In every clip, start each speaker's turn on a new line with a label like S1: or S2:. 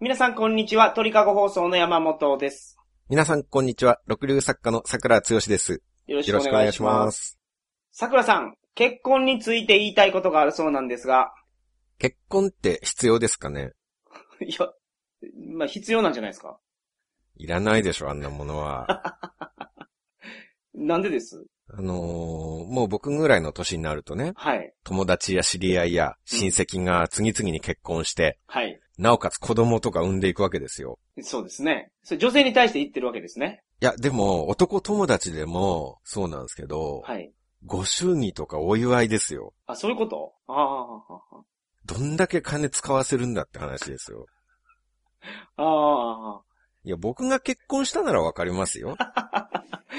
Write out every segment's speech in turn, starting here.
S1: 皆さんこんにちは、鳥かご放送の山本です。
S2: 皆さん、こんにちは。六流作家の桜剛です。
S1: よろしく
S2: よろ
S1: お
S2: しく
S1: 願
S2: お願
S1: い
S2: い
S1: し
S2: し
S1: ま。
S2: ますす。
S1: 桜さん、結婚について言いたいことがあるそうなんですが、
S2: 結婚って必要ですかね
S1: いや、まあ必要なんじゃないですか
S2: いらないでしょ、あんなも のは。
S1: なんでです
S2: あのー、もう僕ぐらいの年になるとね、
S1: はい、
S2: 友達や知り合いや親戚が次々に結婚して、
S1: はい。
S2: なおかつ子供とか産んでいくわけですよ。
S1: そうですね。それ女性に対して言ってるわけですね。
S2: いや、でも、男友達でも、そうなんですけど、
S1: はい。
S2: ご祝儀とかお祝いですよ。
S1: あ、そういうことああ、
S2: どんだけ金使わせるんだって話ですよ。
S1: ああ、ああ、
S2: いや、僕が結婚したならわかります よ。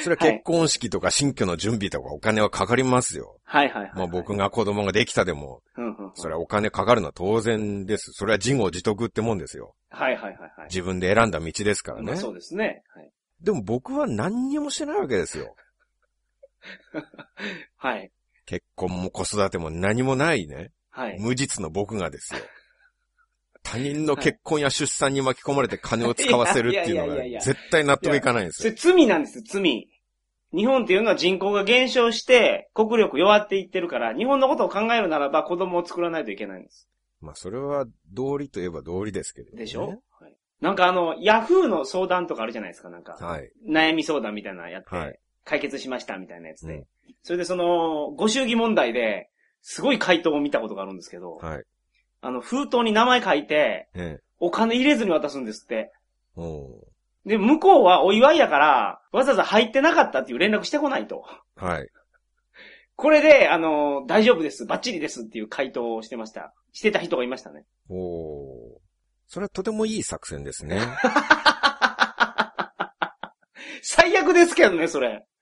S2: それは結婚式とか新居の準備とかお金はかかりますよ。
S1: はいはいはい。
S2: まあ僕が子供ができたでも、
S1: うんうんうん
S2: それはお金かかるのは当然です。それは自業自得ってもんですよ。
S1: はいはいはいはい。
S2: 自分で選んだ道ですから
S1: まあ
S2: ね。
S1: そうですね。はい。
S2: でも僕は何にもしてないわけですよ。
S1: はい。
S2: 結婚も子育ても何もないね。
S1: はい。
S2: 無実の僕が ですよ。他人の結婚や出産に巻き込まれて金を使わせるっていうの
S1: いやいやいやい
S2: が
S1: や
S2: 絶対納得いかないんです
S1: そ
S2: よ。
S1: れ罪なんです、罪。日本っていうのは人口が減少して、国力弱っていってるから、日本のことを考えるならば子供を作らないといけないんです。
S2: まあそれは道理といえば道理ですけれど、ね。
S1: でしょ、はい、なんかあの、ヤフーの相談とかあるじゃないですか、なんか。
S2: はい。
S1: 悩み相談みたいなのやって、
S2: はい
S1: 解決しましたみたいなやつで。
S2: うん
S1: それでその、ご祝儀問題で、すごい回答を見たことがあるんですけど、
S2: はい。
S1: あの、封筒に名前書いて、
S2: ええ。
S1: お金入れずに渡すんですって。
S2: うん。
S1: で、向こうはお祝いやから、わざわざ入ってなかったっていう連絡してこないと。
S2: はい。
S1: これで、あの、大丈夫です、バッチリですっていう回答をしてました。してた人がいましたね。
S2: おお。それはとてもいい作戦ですね。
S1: 最悪ですけどね、それ。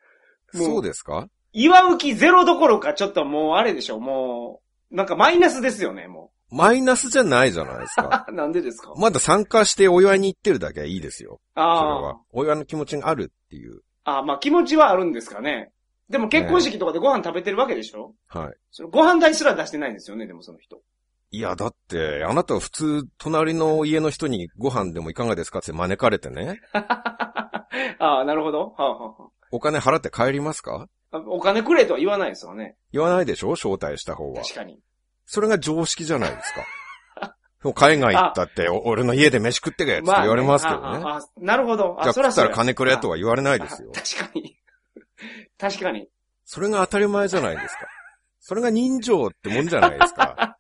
S1: もう
S2: そうですか
S1: 祝う気ゼロどころか、ちょっともうあれでしょ、もう、なんかマイナスですよね、も
S2: マイナスじゃないじゃないで すか。
S1: う。なんでですか
S2: まだ参加してお祝いに行ってるだけはいいですよ。それ
S1: あ
S2: は。お祝いの気持ちがあるっていう。
S1: あ。ああ、まあ気持ちはあるんですかね。でも結婚式とかでご飯食べてるわけでしょ、
S2: は
S1: そのご飯代すら出してないんですよね、でもその人。
S2: い。いや、だって、あなたは普通、隣の家の人にご飯でもいかがですかって招かれてね。
S1: ああ、なるほど、はあは
S2: お金払って帰りますか
S1: あはあ、お金くれとは言わないですよね。
S2: 言わないでしょ招待した方は。
S1: 確かに。
S2: それが常識じゃないですか。でも海外行っ たって、お俺の家で飯食ってけって言われますけどね。
S1: あああなるほど。
S2: じゃあ、
S1: そ
S2: 食
S1: ら
S2: った
S1: そ
S2: ら
S1: ら
S2: 金くれとは言われないですよ。
S1: あ確かに。 確かに。
S2: それが当たり前じゃないですか。それが人情ってもんじゃないで すか。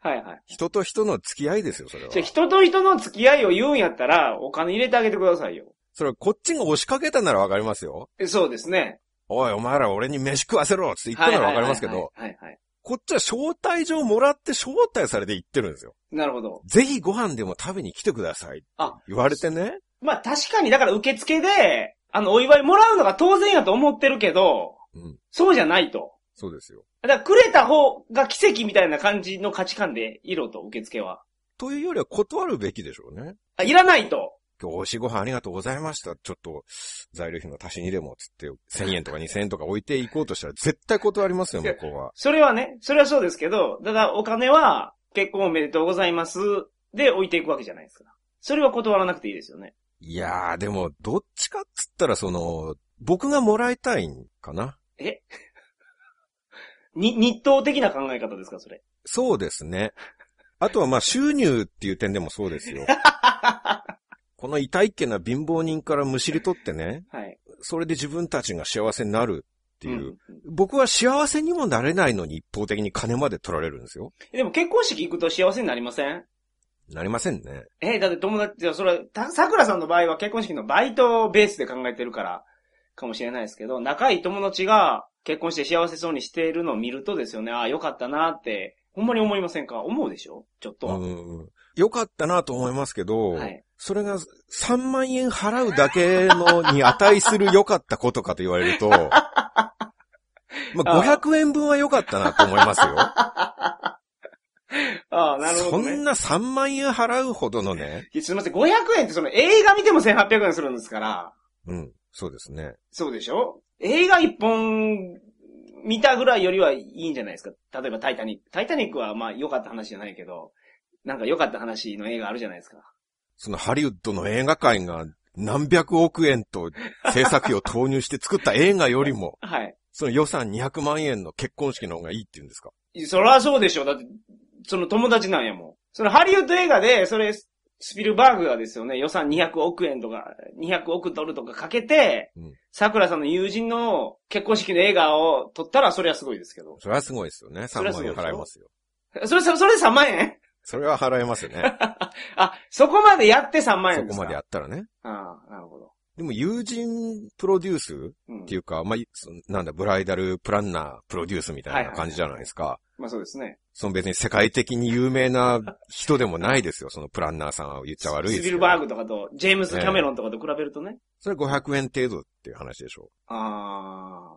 S1: はいはい。
S2: 人と人の付き合いですよ、それは
S1: じゃあ。人と人の付き合いを言うんやったら、お金入れてあげてくださいよ。
S2: それはこっちが押しかけたならわかりますよ。
S1: えそうですね。
S2: おい、お前ら俺に飯食わせろって言ったならわかりますけど、
S1: はいはいはいはい。はいはい
S2: こっちは招待状もらって招待されて行ってるんですよ。
S1: なるほど。
S2: ぜひご飯でも食べに来てください。
S1: あ
S2: 言われてね。
S1: まあ確かに、だから受付で、あの、お祝いもらうのが当然やと思ってるけど、
S2: うん、
S1: そうじゃないと。
S2: そうですよ。
S1: だからくれた方が奇跡みたいな感じの価値観でいろと、受付は。
S2: というよりは断るべきでしょうね。
S1: あ、いらないと。
S2: 今日美味しいご飯ありがとうございました。ちょっと、材料費の足しにでも、つって、1000円とか2000円とか置いていこうとしたら絶対断りますよ、向こうは。
S1: それはね、それはそうですけど、ただお金は、結婚おめでとうございます。で、置いていくわけじゃないですか。それは断らなくていいですよね。
S2: いやー、でも、どっちかっつったら、その、僕がもらいたいんかな。
S1: に、日当的な考え方ですか、それ。
S2: そうですね。あとは、まあ、収入っていう点でもそうですよ。この痛いっけな貧乏人からむしり取ってね、
S1: はい。
S2: それで自分たちが幸せになるっていう。
S1: うんうん
S2: 僕は幸せにもなれないのに一方的に金まで取られるんですよ。
S1: でも結婚式行くと幸せになりません
S2: なりませんね。
S1: え、だって友達、じゃあそれ、た、桜さんの場合は結婚式のバイトをベースで考えてるから、かもしれないですけど、仲いい友達が結婚して幸せそうにしているのを見るとですよね、ああ、よかったなって、ほんまに思いませんか思うでしょちょっとは。
S2: うん。よかったなと思いますけど、
S1: はい。
S2: それが3万円払うだけのに値する良かったことかと言われる と、まあ、500円分は良かったなと思いますよ。
S1: あ あ、なるほど、ね。
S2: そんな3万円払うほどのね、
S1: いやすみません、500円ってその映画見ても1800円するんですから、
S2: うん、そうですね。
S1: そうでしょ映画1本見たぐらいよりはいいんじゃないですか。例えばタイタニック。タイタニックはまあ良かった話じゃないけど、なんか良かった話の映画あるじゃないですか。
S2: そのハリウッドの映画界が何百億円と制作費を投入して作った映画よりも、
S1: はい。
S2: その予算200万円の結婚式の方がいいって言うんですか
S1: そりゃそうでしょ。だって、その友達なんやもん。そのハリウッド映画で、それ、スピルバーグがですよね、予算200億円とか、200億ドルとかかけて
S2: うん、
S1: 桜、さんの友人の結婚式の映画を撮ったら、それはすごいですけど。
S2: それはすごいですよね。3
S1: それはす
S2: 万
S1: ごい
S2: 円
S1: でしょ
S2: 払いますよ。
S1: それ、それそれで3万円
S2: それは払えますよね。
S1: あ、そこまでやって3万
S2: そ
S1: 円で
S2: こ
S1: すか
S2: までやったらね。
S1: ああ、なるほど。
S2: でも友人プロデュースっ
S1: うん
S2: ていうか、まあ、そのなんだ、ブライダルプランナープロデュースみたいな感じじゃないですか。
S1: まあそうですね。
S2: その別に世界的に有名な人でもないですよ。そのプランナーさんは言っちゃ悪いです
S1: ス
S2: け
S1: ピ
S2: ど。
S1: ルバーグとかと、ジェームズ・キャメロンとかと比べるとね。
S2: それ500円程度っていう話でしょ。
S1: あ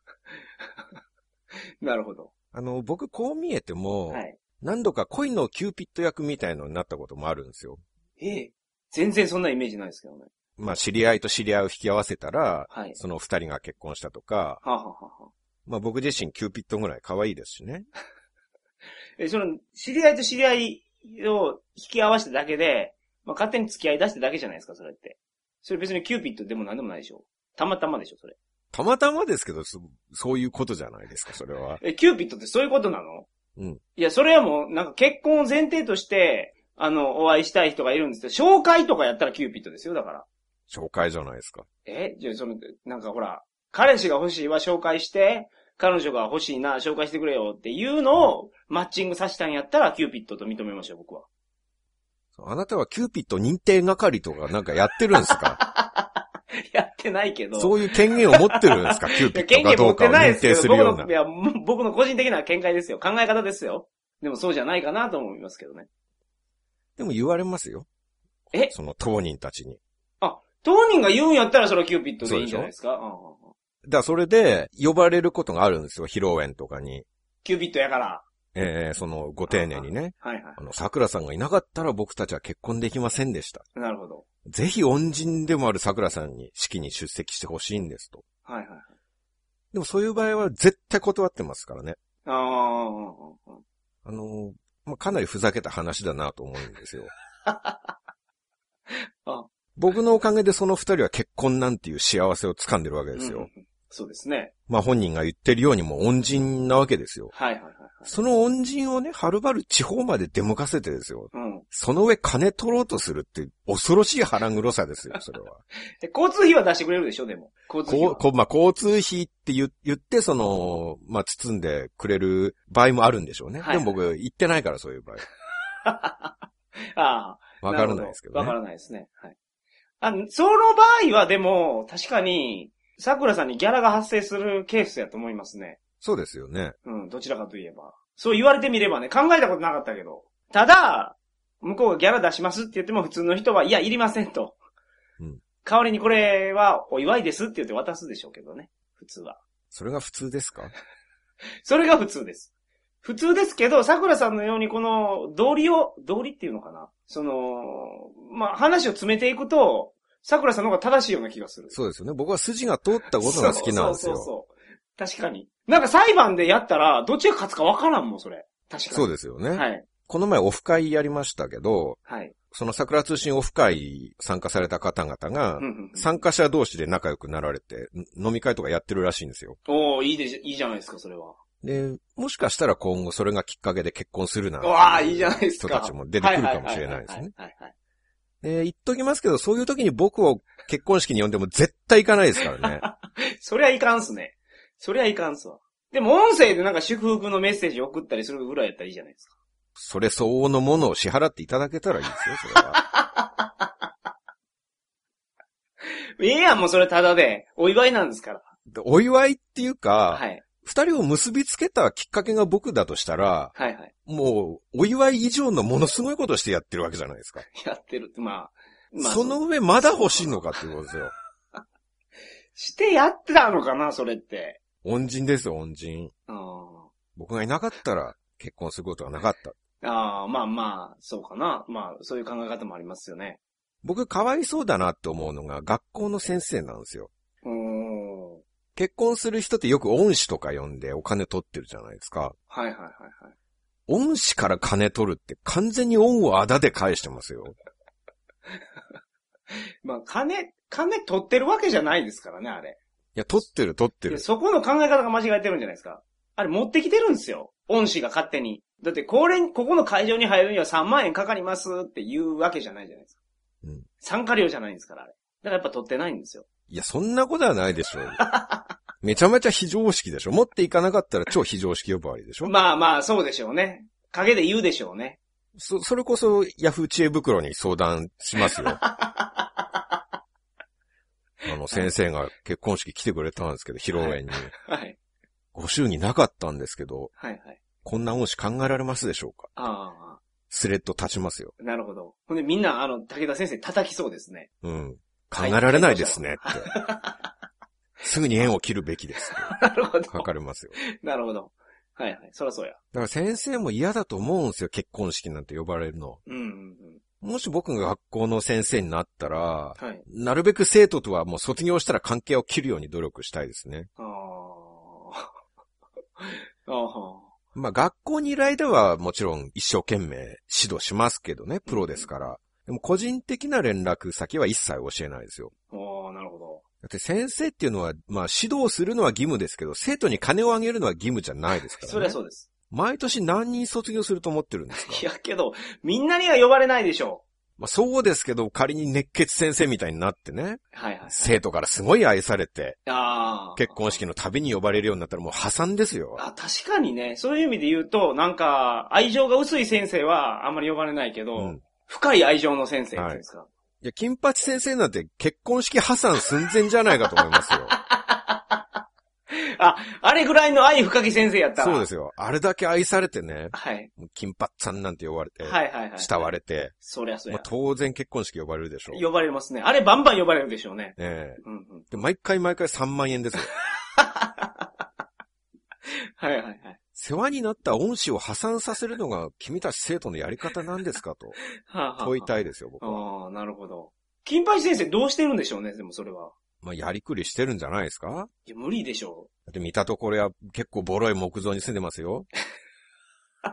S1: あ。 なるほど。
S2: あの、僕こう見えても、
S1: はい。
S2: 何度か恋のキューピット役みたいのになったこともあるんですよ。
S1: ええ。全然そんなイメージないですけどね。
S2: まあ、知り合いと知り合いを引き合わせたら、
S1: はい。
S2: その二人が結婚したとか、
S1: はあ、はあはあはあ、
S2: まあ僕自身キューピットぐらい可愛いですしね。
S1: え、その、知り合いと知り合いを引き合わせただけで、まあ勝手に付き合い出しただけじゃないですか、それって。それ別にキューピッドでも何でもないでしょ。たまたまでしょ、それ。
S2: たまたまですけど、そそういうことじゃないですか、それは。
S1: え、キューピッドってそういうことなの
S2: うん。
S1: いや、それはもう、なんか結婚を前提として、あの、お会いしたい人がいるんですけど、紹介とかやったらキューピッドですよ、だから。
S2: 紹介じゃないですか。
S1: えじゃあ、その、なんかほら、彼氏が欲しいは紹介して、彼女が欲しいな、紹介してくれよっていうのをマッチングさせたんやったら、キューピッドと認めましょう、僕は。
S2: あなたはキューピット認定係とかなんかやってるんで すか
S1: やってないけど。
S2: そういう権限を持ってるんですかキュー
S1: い
S2: ピ
S1: や権
S2: ットが
S1: 限
S2: ど
S1: 持
S2: う
S1: っ
S2: か
S1: て
S2: を
S1: ないで
S2: 認
S1: すけ
S2: 定
S1: ど、
S2: す
S1: 僕
S2: るような
S1: の、い。や、もう僕の個人的な見解ですよ。考え方ですよ。でもそうじゃないかなと思いますけどね。
S2: でも言われますよ。
S1: え
S2: その当人たちに。
S1: 当人が言うんやったら、それはキューピッドでいいんじゃないですかうんうんうん
S2: だからそれで、呼ばれることがあるんですよ、披露宴とかに。
S1: キューピッドやから。
S2: えー、その、ご丁寧にね。
S1: はいは
S2: あの、桜さんがいなかったら僕たちは結婚できませんでした。
S1: い。なるほど。
S2: ぜひ恩人でもある桜さんに式に出席してほしいんですと。
S1: はいはい。
S2: でもそういう場合は絶対断ってますからね。
S1: ああ、うんうんうん
S2: あの、まあ、かなりふざけた話だなと思う んですよ
S1: あ。
S2: 僕のおかげでその二人は結婚なんていう幸せを掴んでるわけですよ。
S1: うんうんそうですね。
S2: まあ本人が言ってるようにもう恩人なわけですよ。
S1: はいはいはいはい。
S2: その恩人をね、はるばる地方まで出向かせてですよ。
S1: うん。
S2: その上金取ろうとするって恐ろしい腹黒さ ですよ、それは。
S1: え交通費は出してくれるでしょ、でも。交通費
S2: こう
S1: は。
S2: こうまあ、交通費って言言って、その、まあ、包んでくれる場合もあるんでしょうね。
S1: はい
S2: でも僕、行ってないから、そういう場合。
S1: ああ。
S2: わからないですけど
S1: わか
S2: ね。
S1: らないですね。はい。あ、その場合はでも、確かに、桜さんにギャラが発生するケースやと思いますね。
S2: そうですよね。
S1: うん、どちらかといえば。そう言われてみればね、考えたことなかったけど。ただ、向こうがギャラ出しますって言っても普通の人は、いや、いりませんと。
S2: うん
S1: 代わりにこれはお祝いですって言って渡すでしょうけどね。普通は。
S2: それが普通ですか
S1: それが普通です。普通ですけど、桜さんのようにこの道理を、道理っていうのかなその、まあ、話を詰めていくと、桜さんの方が正しいような気がする。
S2: そうですよね。僕は筋が通ったことが好きなんです
S1: そうそう
S2: よ。
S1: そうそう。確かに。なんか裁判でやったら、どっちが勝つかわからんもん、それ。確かに。
S2: そうですよね。
S1: はい。
S2: この前オフ会やりましたけど、
S1: はい。
S2: その桜通信オフ会参加された方々が
S1: うん、うんうん
S2: 参加者同士で仲良くなられて、飲み会とかやってるらしいんですよ。
S1: おー、いいでし、いいじゃないですか、それは。
S2: で、もしかしたら今後それがきっかけで結婚するな。
S1: うわー、いいじゃないですか。
S2: 人たちも出てくるかもしれないで
S1: はいはい
S2: すね。
S1: はいはいはいはい。
S2: で、言っときますけど、そういう時に僕を結婚式に呼んでも絶対行かないですか らね。
S1: そりゃいかんっすね。そりゃいかんっすわ。でも音声でなんか祝福のメッセージ送ったりするぐらいやったらいいじゃないですか。
S2: それ相応のものを支払っていただけたらいいですよ、それは。
S1: ええやん、もうそれただで。お祝いなんですから。
S2: でお祝いっていう
S1: は
S2: か、
S1: い。
S2: 二、人を結びつけたきっかけが僕だとしたら、
S1: はいはい。
S2: もう、お祝い以上のものすごいことしてやってるわけじゃないですか。
S1: やってる。まあ。まあ、
S2: その上まだ欲しいのかっていうことですよ。
S1: してやってたのかな、それって。
S2: 恩人ですよ、恩人。
S1: あー
S2: 僕がいなかったら結婚することはなかった。
S1: あー、まあまあ、そうかな。まあ、そういう考え方もありますよね。
S2: 僕、かわいそうだなって思うのが学校の先生なんですよ。
S1: うーん。はい
S2: 結婚する人ってよく恩師とか呼んでお金取ってるじゃないですか。
S1: はいはいはい。
S2: 恩師から金取るって完全に恩をあだで返してますよ。
S1: まあ、金、金取ってるわけじゃないですからね、あれ。
S2: いや、取ってる取って
S1: いや
S2: る。
S1: そこの考え方が間違えてるんじゃないですか。あれ持ってきてるんですよ。恩師が勝手に。だって、これ、ここの会場に入るには3万円かかりますって言うわけじゃないじゃないですか。
S2: うん
S1: 参加料じゃないんですから、あれ。だからやっぱ取ってないんですよ。
S2: いや、そんなことはないでしょう。 めちゃめちゃ非常識でしょ。持っていかなかったら超非常識呼ばわりでしょ。
S1: まあまあ、そうでしょうね。陰で言うでしょうね。
S2: そ、それこそヤフー知恵袋に相談しま すよ。あの、先生が結婚式来てくれたんですけど、披露宴に。
S1: はい。
S2: ご祝儀なかったんですけど、
S1: はいはい。
S2: こんな恩師考えられますでしょうか
S1: あ
S2: スレッド立ちますよ。
S1: あ、なるほど。ほんでみんな、あの、武田先生叩きそうですね。
S2: うん。考えられないですねって。 すぐに縁を切るべきですっ
S1: な
S2: て
S1: るほど。
S2: 書かれますよ。
S1: なるほど。はいはい。そらそうや。
S2: だから先生も嫌だと思うんですよ、結婚式なんて呼ばれるの。
S1: うんうん
S2: もし僕が学校の先生になったら、
S1: うん。はい。
S2: なるべく生徒とはもう卒業したら関係を切るように努力したいですね。
S1: あ あ。ああ。
S2: まあ学校にいる間はもちろん一生懸命指導しますけどね、プロですから。でも個人的な連絡先は一切教えないですよ。
S1: おー、なるほど。
S2: だって先生っていうのは、まあ指導するのは義務ですけど、生徒に金をあげるのは義務じゃないですから、ね。
S1: そりゃそうです。
S2: 毎年何人卒業すると思ってるんですか
S1: いやけど、みんなには呼ばれないでしょ
S2: まあそうですけど、仮に熱血先生みたいになってね、
S1: う。はいはい。
S2: 生徒からすごい愛されて、
S1: ああ。
S2: 結婚式の旅に呼ばれるようになったらもう破産ですよ。
S1: あ、確かにね、そういう意味で言うと、なんか、愛情が薄い先生はあんまり呼ばれないけど、
S2: うん
S1: 深い愛情の先生っていうんですか。
S2: いや、金八先生なんて結婚式破産寸前じゃないかと思います よ。
S1: あ、あれぐらいの愛深き先生やったら。。
S2: そうですすよ。あれだけ愛されてね、
S1: はい。
S2: 金八さんなんて呼ばれて、
S1: はいはいはい。
S2: 慕われて、
S1: そりゃそり
S2: ま
S1: ゃ
S2: あ、。当然結婚式呼ばれるでしょう。
S1: 呼ばれますね。あれバンバン呼ばれるでしょうね。
S2: ええ
S1: うんうん。
S2: で、毎回毎回3万円ですよ。
S1: はいはいはい。
S2: 世話になった恩師を破産させるのが君たち生徒のやり方なんです かと
S1: はあはあはあ
S2: 問いたいで すよ、僕は。
S1: ああ、なるほど。金八先生どうしてるんでしょうね、でもそれは。
S2: まあ、やりくりしてるんじゃないですか
S1: いや、無理でしょ
S2: だって見たところや結構ボロい木造に住んでますよ。
S1: う。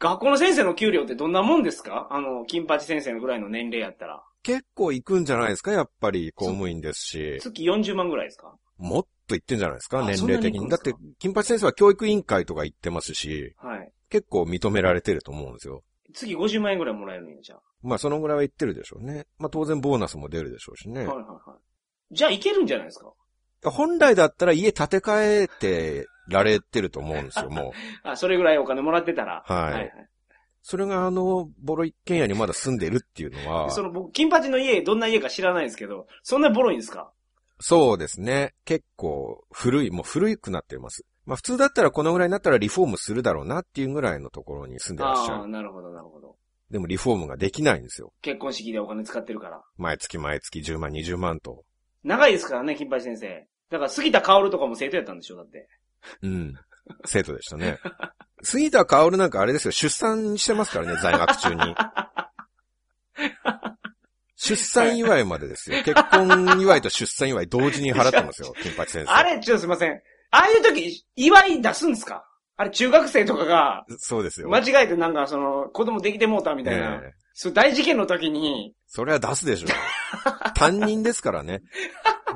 S1: 学校の先生の給料ってどんなもんですかあの、金八先生のぐらいの年齢やったら。
S2: 結構行くんじゃないですかやっぱり公務員ですし。
S1: 月40万ぐらいですか
S2: もっと行ってんじゃないですか
S1: あ
S2: 年齢
S1: そんな
S2: 的
S1: に行く
S2: に。
S1: ん
S2: だ
S1: です
S2: っ
S1: か
S2: て、金八先生は教育委員会とか行ってますし、
S1: はい。
S2: 結構認められてると思うんですよ。
S1: 月50万円ぐらいもらえるんや、じゃ
S2: まあ、そのぐらいは行ってるでしょうね。まあ、当然ボーナスも出るでしょうし
S1: あ。
S2: ね
S1: はい。はいはい。じゃあいけるんじゃないですか
S2: 本来だったら家建て替えてられてると思うんですよ、 もう。
S1: あ、それぐらいお金もらってたら。
S2: はいそれがあの、ボロ一軒家にまだ住んでるっていうのは
S1: で、その僕、金八の家、どんな家か知らないんですけど、そんなボロいんですか
S2: そうですね。結構古い、もう古くなってます。まあ普通だったらこのぐらいになったらリフォームするだろうなっていうぐらいのところに住んでらっし
S1: あ
S2: ゃ
S1: あ、
S2: る。
S1: なるほど、なるほど。
S2: でもリフォームができないんですよ。
S1: 結婚式でお金使ってるから。
S2: 毎月毎月10万、20万と。
S1: 長いですからね、金八先生。だから、杉田薫とかも生徒やったんでしょ、だって。
S2: うん。生徒でしたね。杉田薫なんかあれですよ、出産してますからね、在学中に。出産祝いまでですよ。結婚祝いと出産祝い同時に払ってま すよ、金八先生。
S1: あれ、ちょっとすいません。ああいう時、祝い出すんですかあれ、中学生とかが、
S2: そうですよ。
S1: 間違えてなんか、その、子供できてもうたみたいな。
S2: ええ
S1: そう、大事件の時に、
S2: それは出すでしょ。担任ですからね。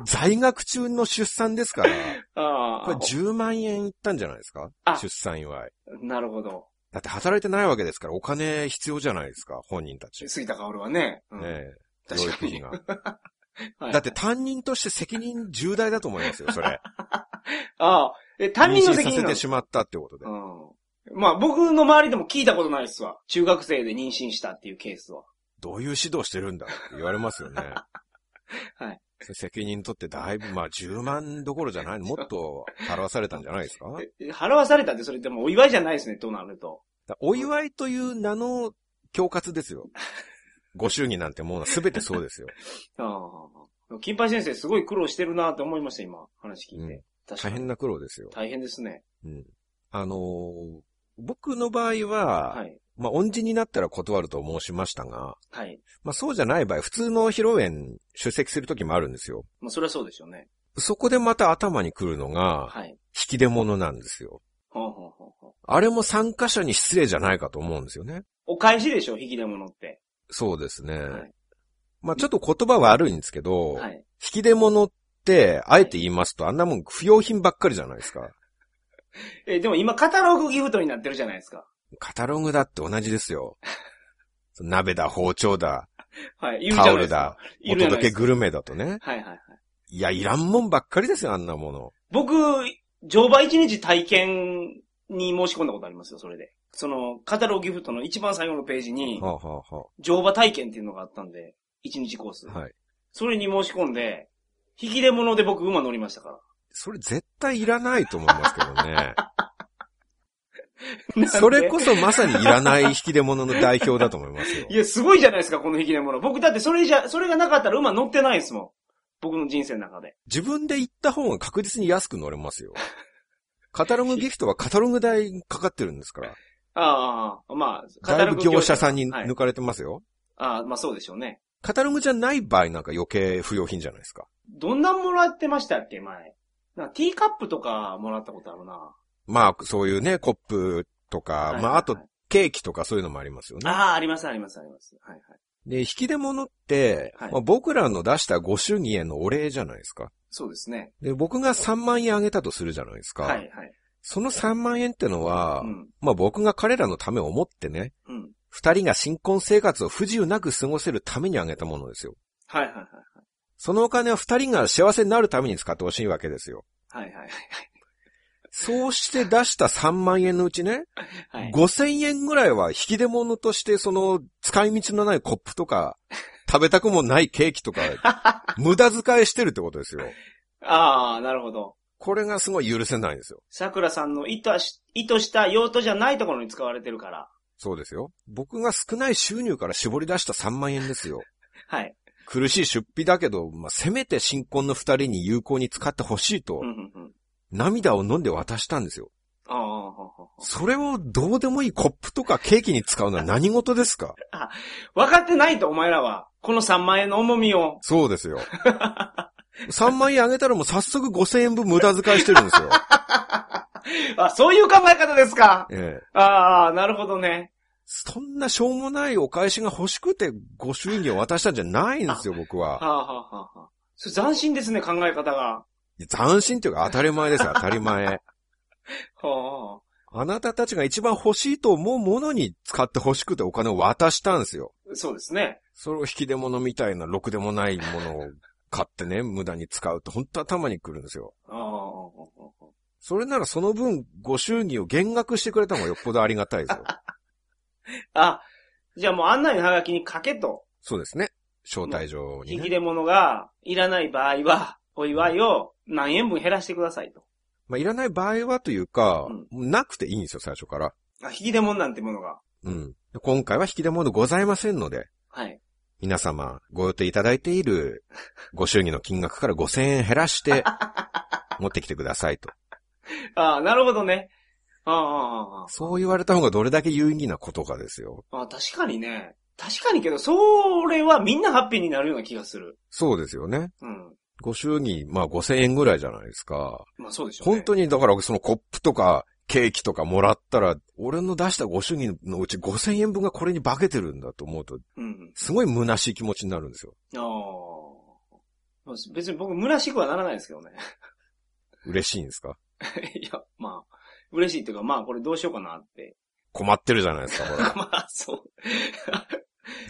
S2: 在学中の出産ですから、
S1: あ
S2: これ10万円いったんじゃないですか
S1: あ
S2: 出産祝い。
S1: あ、なるほど。
S2: だって働いてないわけですから、お金必要じゃないですか、本人たち。ね
S1: 杉田薫はね。うん
S2: え。
S1: 確
S2: 教
S1: か
S2: 育
S1: に
S2: 費が。
S1: はい
S2: だって担任として責任重大だと思いますよ、それ。
S1: ああ、え、 担任の責
S2: 妊
S1: 任
S2: 娠さ
S1: な
S2: せ
S1: ん
S2: て
S1: です
S2: しまったってことで
S1: う。ん。まあ僕の周りでも聞いたことないっすわ。中学生で妊娠したっていうケースは。
S2: どういう指導してるんだって言われますよね。
S1: はい
S2: それ責任取ってだいぶ、まあ10万どころじゃない、もっと払わされたんじゃないですか
S1: え払わされたってそれでもお祝いじゃないですね、となると。
S2: だお祝いという名の恐喝で すよ。ご祝儀なんてもうすべてそうですよ。
S1: ああ。金八先生すごい苦労してるなって思いました、今。話 聞いて。
S2: うん
S1: 確か
S2: 大
S1: に
S2: 変な苦労ですよ。
S1: 大変ですね。
S2: うん、あのー僕の場合は、
S1: はい。
S2: まあ、恩人になったら断ると申しましたが、
S1: はい。
S2: まあ、そうじゃない場合、普通の披露宴出席するときもあるんですよ。
S1: まあそれはそうでしょうね。
S2: そこでまた頭に来るのが、
S1: はい。
S2: 引き出物なんですよ。
S1: ほうほうほうほう
S2: あれも参加者に失礼じゃないかと思うんですよね。
S1: お返しでしょ、引き出物って。
S2: そうですね。
S1: はい
S2: まあちょっと言葉悪いんですけど、
S1: はい。
S2: 引き出物って、あえて言いますと、あんなもん不要品ばっかりじゃないですか。
S1: え、でも今カタログギフトになってるじゃないですか。
S2: カタログだって同じですよ。鍋だ、包丁だ、
S1: はい。言うじゃ
S2: タ
S1: な
S2: オ
S1: いで
S2: ル
S1: すか
S2: だ。、
S1: い
S2: お
S1: るじゃな
S2: 届
S1: い
S2: け
S1: ですか
S2: グルメだとね。
S1: はいはいはい。
S2: いや、いらんもんばっかりですよ、あんなもの。
S1: 僕、乗馬一日体験に申し込んだことありますよ、それで。その、カタログギフトの一番最後のページに、
S2: はあ、はあは
S1: 乗馬体験っていうのがあったんで、一日コース。
S2: あ、はい。
S1: それに申し込んで、引き出物で僕馬乗りま したか
S2: それ絶対いらないと思いますけどね。
S1: ら。
S2: それ
S1: なん
S2: こそまさにいらない引き出物の代表だと思いますよ
S1: で。いや、すごいじゃないですか、この引き出物。僕だってそれじゃ、それがなかったら馬乗ってないですもん。僕の人生の中で。
S2: 自分で行った方が確実に安く乗れますよ。カタログギフトはカタログ代かかってるんですから。
S1: ああ、まあ、
S2: だいぶ業者さんに
S1: はい
S2: 抜かれてますよ。
S1: ああ、まあそうでしょうね。
S2: カタログじゃない場合なんか余計不要品じゃないですか。
S1: どんなんもらってましたっけ、前。なんかティーカップとかもらったことあるな。
S2: まあ、そういうね、コップとか、
S1: はい
S2: まあ、あと、ケーキとかそういうのもありますよね。
S1: ああ、あります、あります、あります。はいはい。
S2: で、引き出物って、
S1: はい
S2: まあ、僕らの出したご主義へのお礼じゃないですか。
S1: そうですね。
S2: で、僕が3万円あげたとするじゃないですか。
S1: はいはい。
S2: その3万円ってのは、
S1: うん。
S2: まあ僕が彼らのためを思ってね、
S1: うん。
S2: 二人が新婚生活を不自由なく過ごせるためにあげたものですよ。
S1: はいはいはい
S2: そのお金は二人が幸せになるために使ってほしいわけですよ。
S1: はい。はいはい
S2: そうして出した3万円のうちね、
S1: はい。はい。
S2: 5000円ぐらいは引き出物として、その、使い道のないコップとか、食べたくもないケーキ とか、無駄遣いしてるってことですよ。
S1: ああ、なるほど。
S2: これがすごい許せないんですよ。
S1: 桜さんの意図し意図した用途じゃないところに使われてるから。
S2: そうですよ。僕が少ない収入から絞り出した3万円ですよ。
S1: はい。
S2: 苦しい出費だけど、まあ、せめて新婚の二人に有効に使ってほしいと
S1: うん、うんうん。
S2: 涙を飲んで渡したんですよ。
S1: ああああ、あ
S2: それをどうでもいいコップとかケーキに使うのは何事ですか
S1: あ分かってないと、お前らは。この3万円の重みを。
S2: そうで すよ。3万円あげたらもう早速5000円分無駄遣いしてるんで すよ。
S1: あ、そういう考え方ですか
S2: ええ。
S1: ああ、なるほどね。
S2: そんなしょうもないお返しが欲しくてご祝儀を渡したんじゃないんですよ、僕
S1: は
S2: は。
S1: あ、はあはあはあ、それ斬新ですね、考え方が。はい
S2: や斬新というか当たり前です、当たり前。
S1: あは
S2: あなたたちが一番欲しいと思うものに使って欲しくてお金を渡したんですよ。
S1: あ、そうですね。
S2: それを引き出物みたいな、ろくでもないものを買ってね、無駄に使うと本当頭にくるんですよ。
S1: ああああああああ
S2: それならその分、ご祝儀を減額してくれた方がよっぽどありがたいで すよ。
S1: あ、じゃあもう案内のハガキに書けと、
S2: そうですね。招待状に
S1: 引
S2: ね
S1: き。出物がいらない場合は、お祝いを何円分減らしてくださいと。
S2: まあ、いらない場合はというか、
S1: う
S2: なくていいんですよ、最初から。
S1: あ、引き出物なんてものが。
S2: うん。今回は引き出物ございませんので、
S1: はい。
S2: 皆様、ご予定いただいているご祝儀の金額から5000円減 らして、持ってきてくださいと。
S1: ああ、なるほどね。あああああ
S2: そう言われた方がどれだけ有意義なことかですよ。
S1: あ、ああ、確かにね。確かにけど、それはみんなハッピーになるような気がする。
S2: そうですよね。
S1: うん。
S2: ご祝儀、まあ5000円ぐらいじゃないですか。
S1: まあそうでしょうね。
S2: 本当に、だからそのコップとかケーキとかもらったら、俺の出したご祝儀のうち5000円分がこれに化けてるんだと思うと、
S1: うん。
S2: すごい虚しい気持ちになるんですよ。
S1: ああ。まあ別に僕、虚しくはならないですけどね。
S2: 嬉しいんですか
S1: いや、まあ、嬉しいっていうか、まあこれどうしようかなって。
S2: 困ってるじゃないですか、ほら。
S1: まあ、そう。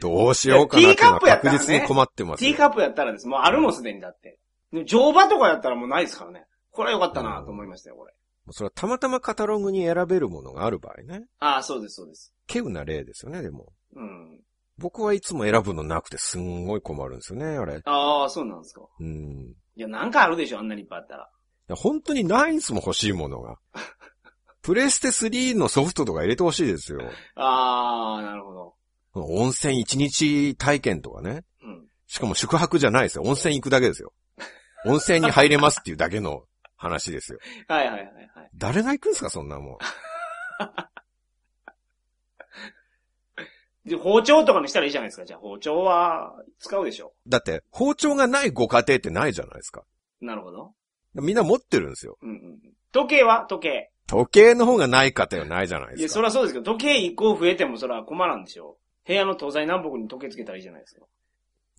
S2: どうしようかなっていうのは確実に困ってます
S1: ティ
S2: よ
S1: ー。カップやったらです。もうあるもんすでにだって。でも乗馬とかやったらもうないですからね。これは良かったなと思いましたよ、これ。
S2: それはたまたまカタログに選べるものがある場合ね。
S1: ああ、そうです、そうです。
S2: 稀有な例ですよね、でも。
S1: うん。
S2: 僕はいつも選ぶのなくてすんごい困るんですよね、あれ。
S1: ああ、そうなんですか。
S2: うん。
S1: いや、なんかあるでしょ、あんなにいっぱいあったら。
S2: 本当にないんですもん、欲しいものが。プレステ3のソフトとか入れてほしいですよ。
S1: ああ、なるほど。
S2: 温泉一日体験とかね。
S1: うん。
S2: しかも宿泊じゃないですよ。温泉行くだけですよ。温泉に入れますっていうだけの話ですよ。
S1: はいはいはいはい。
S2: 誰が行くんですか、そんなもん。
S1: で、包丁とかにしたらいいじゃないですか。じゃあ、包丁は使うでしょ。
S2: だって、包丁がないご家庭ってないじゃないですか。
S1: なるほど。
S2: みんな持ってるんですよ。
S1: うんうんうん。時計は時計。
S2: 時計の方がない家庭はないじゃない
S1: いや、
S2: です
S1: そ
S2: か。
S1: りゃそうですけど、時計一個増えてもそりゃ困らんでしょ。部屋の東西南北に時計つけたらいいじゃないですか。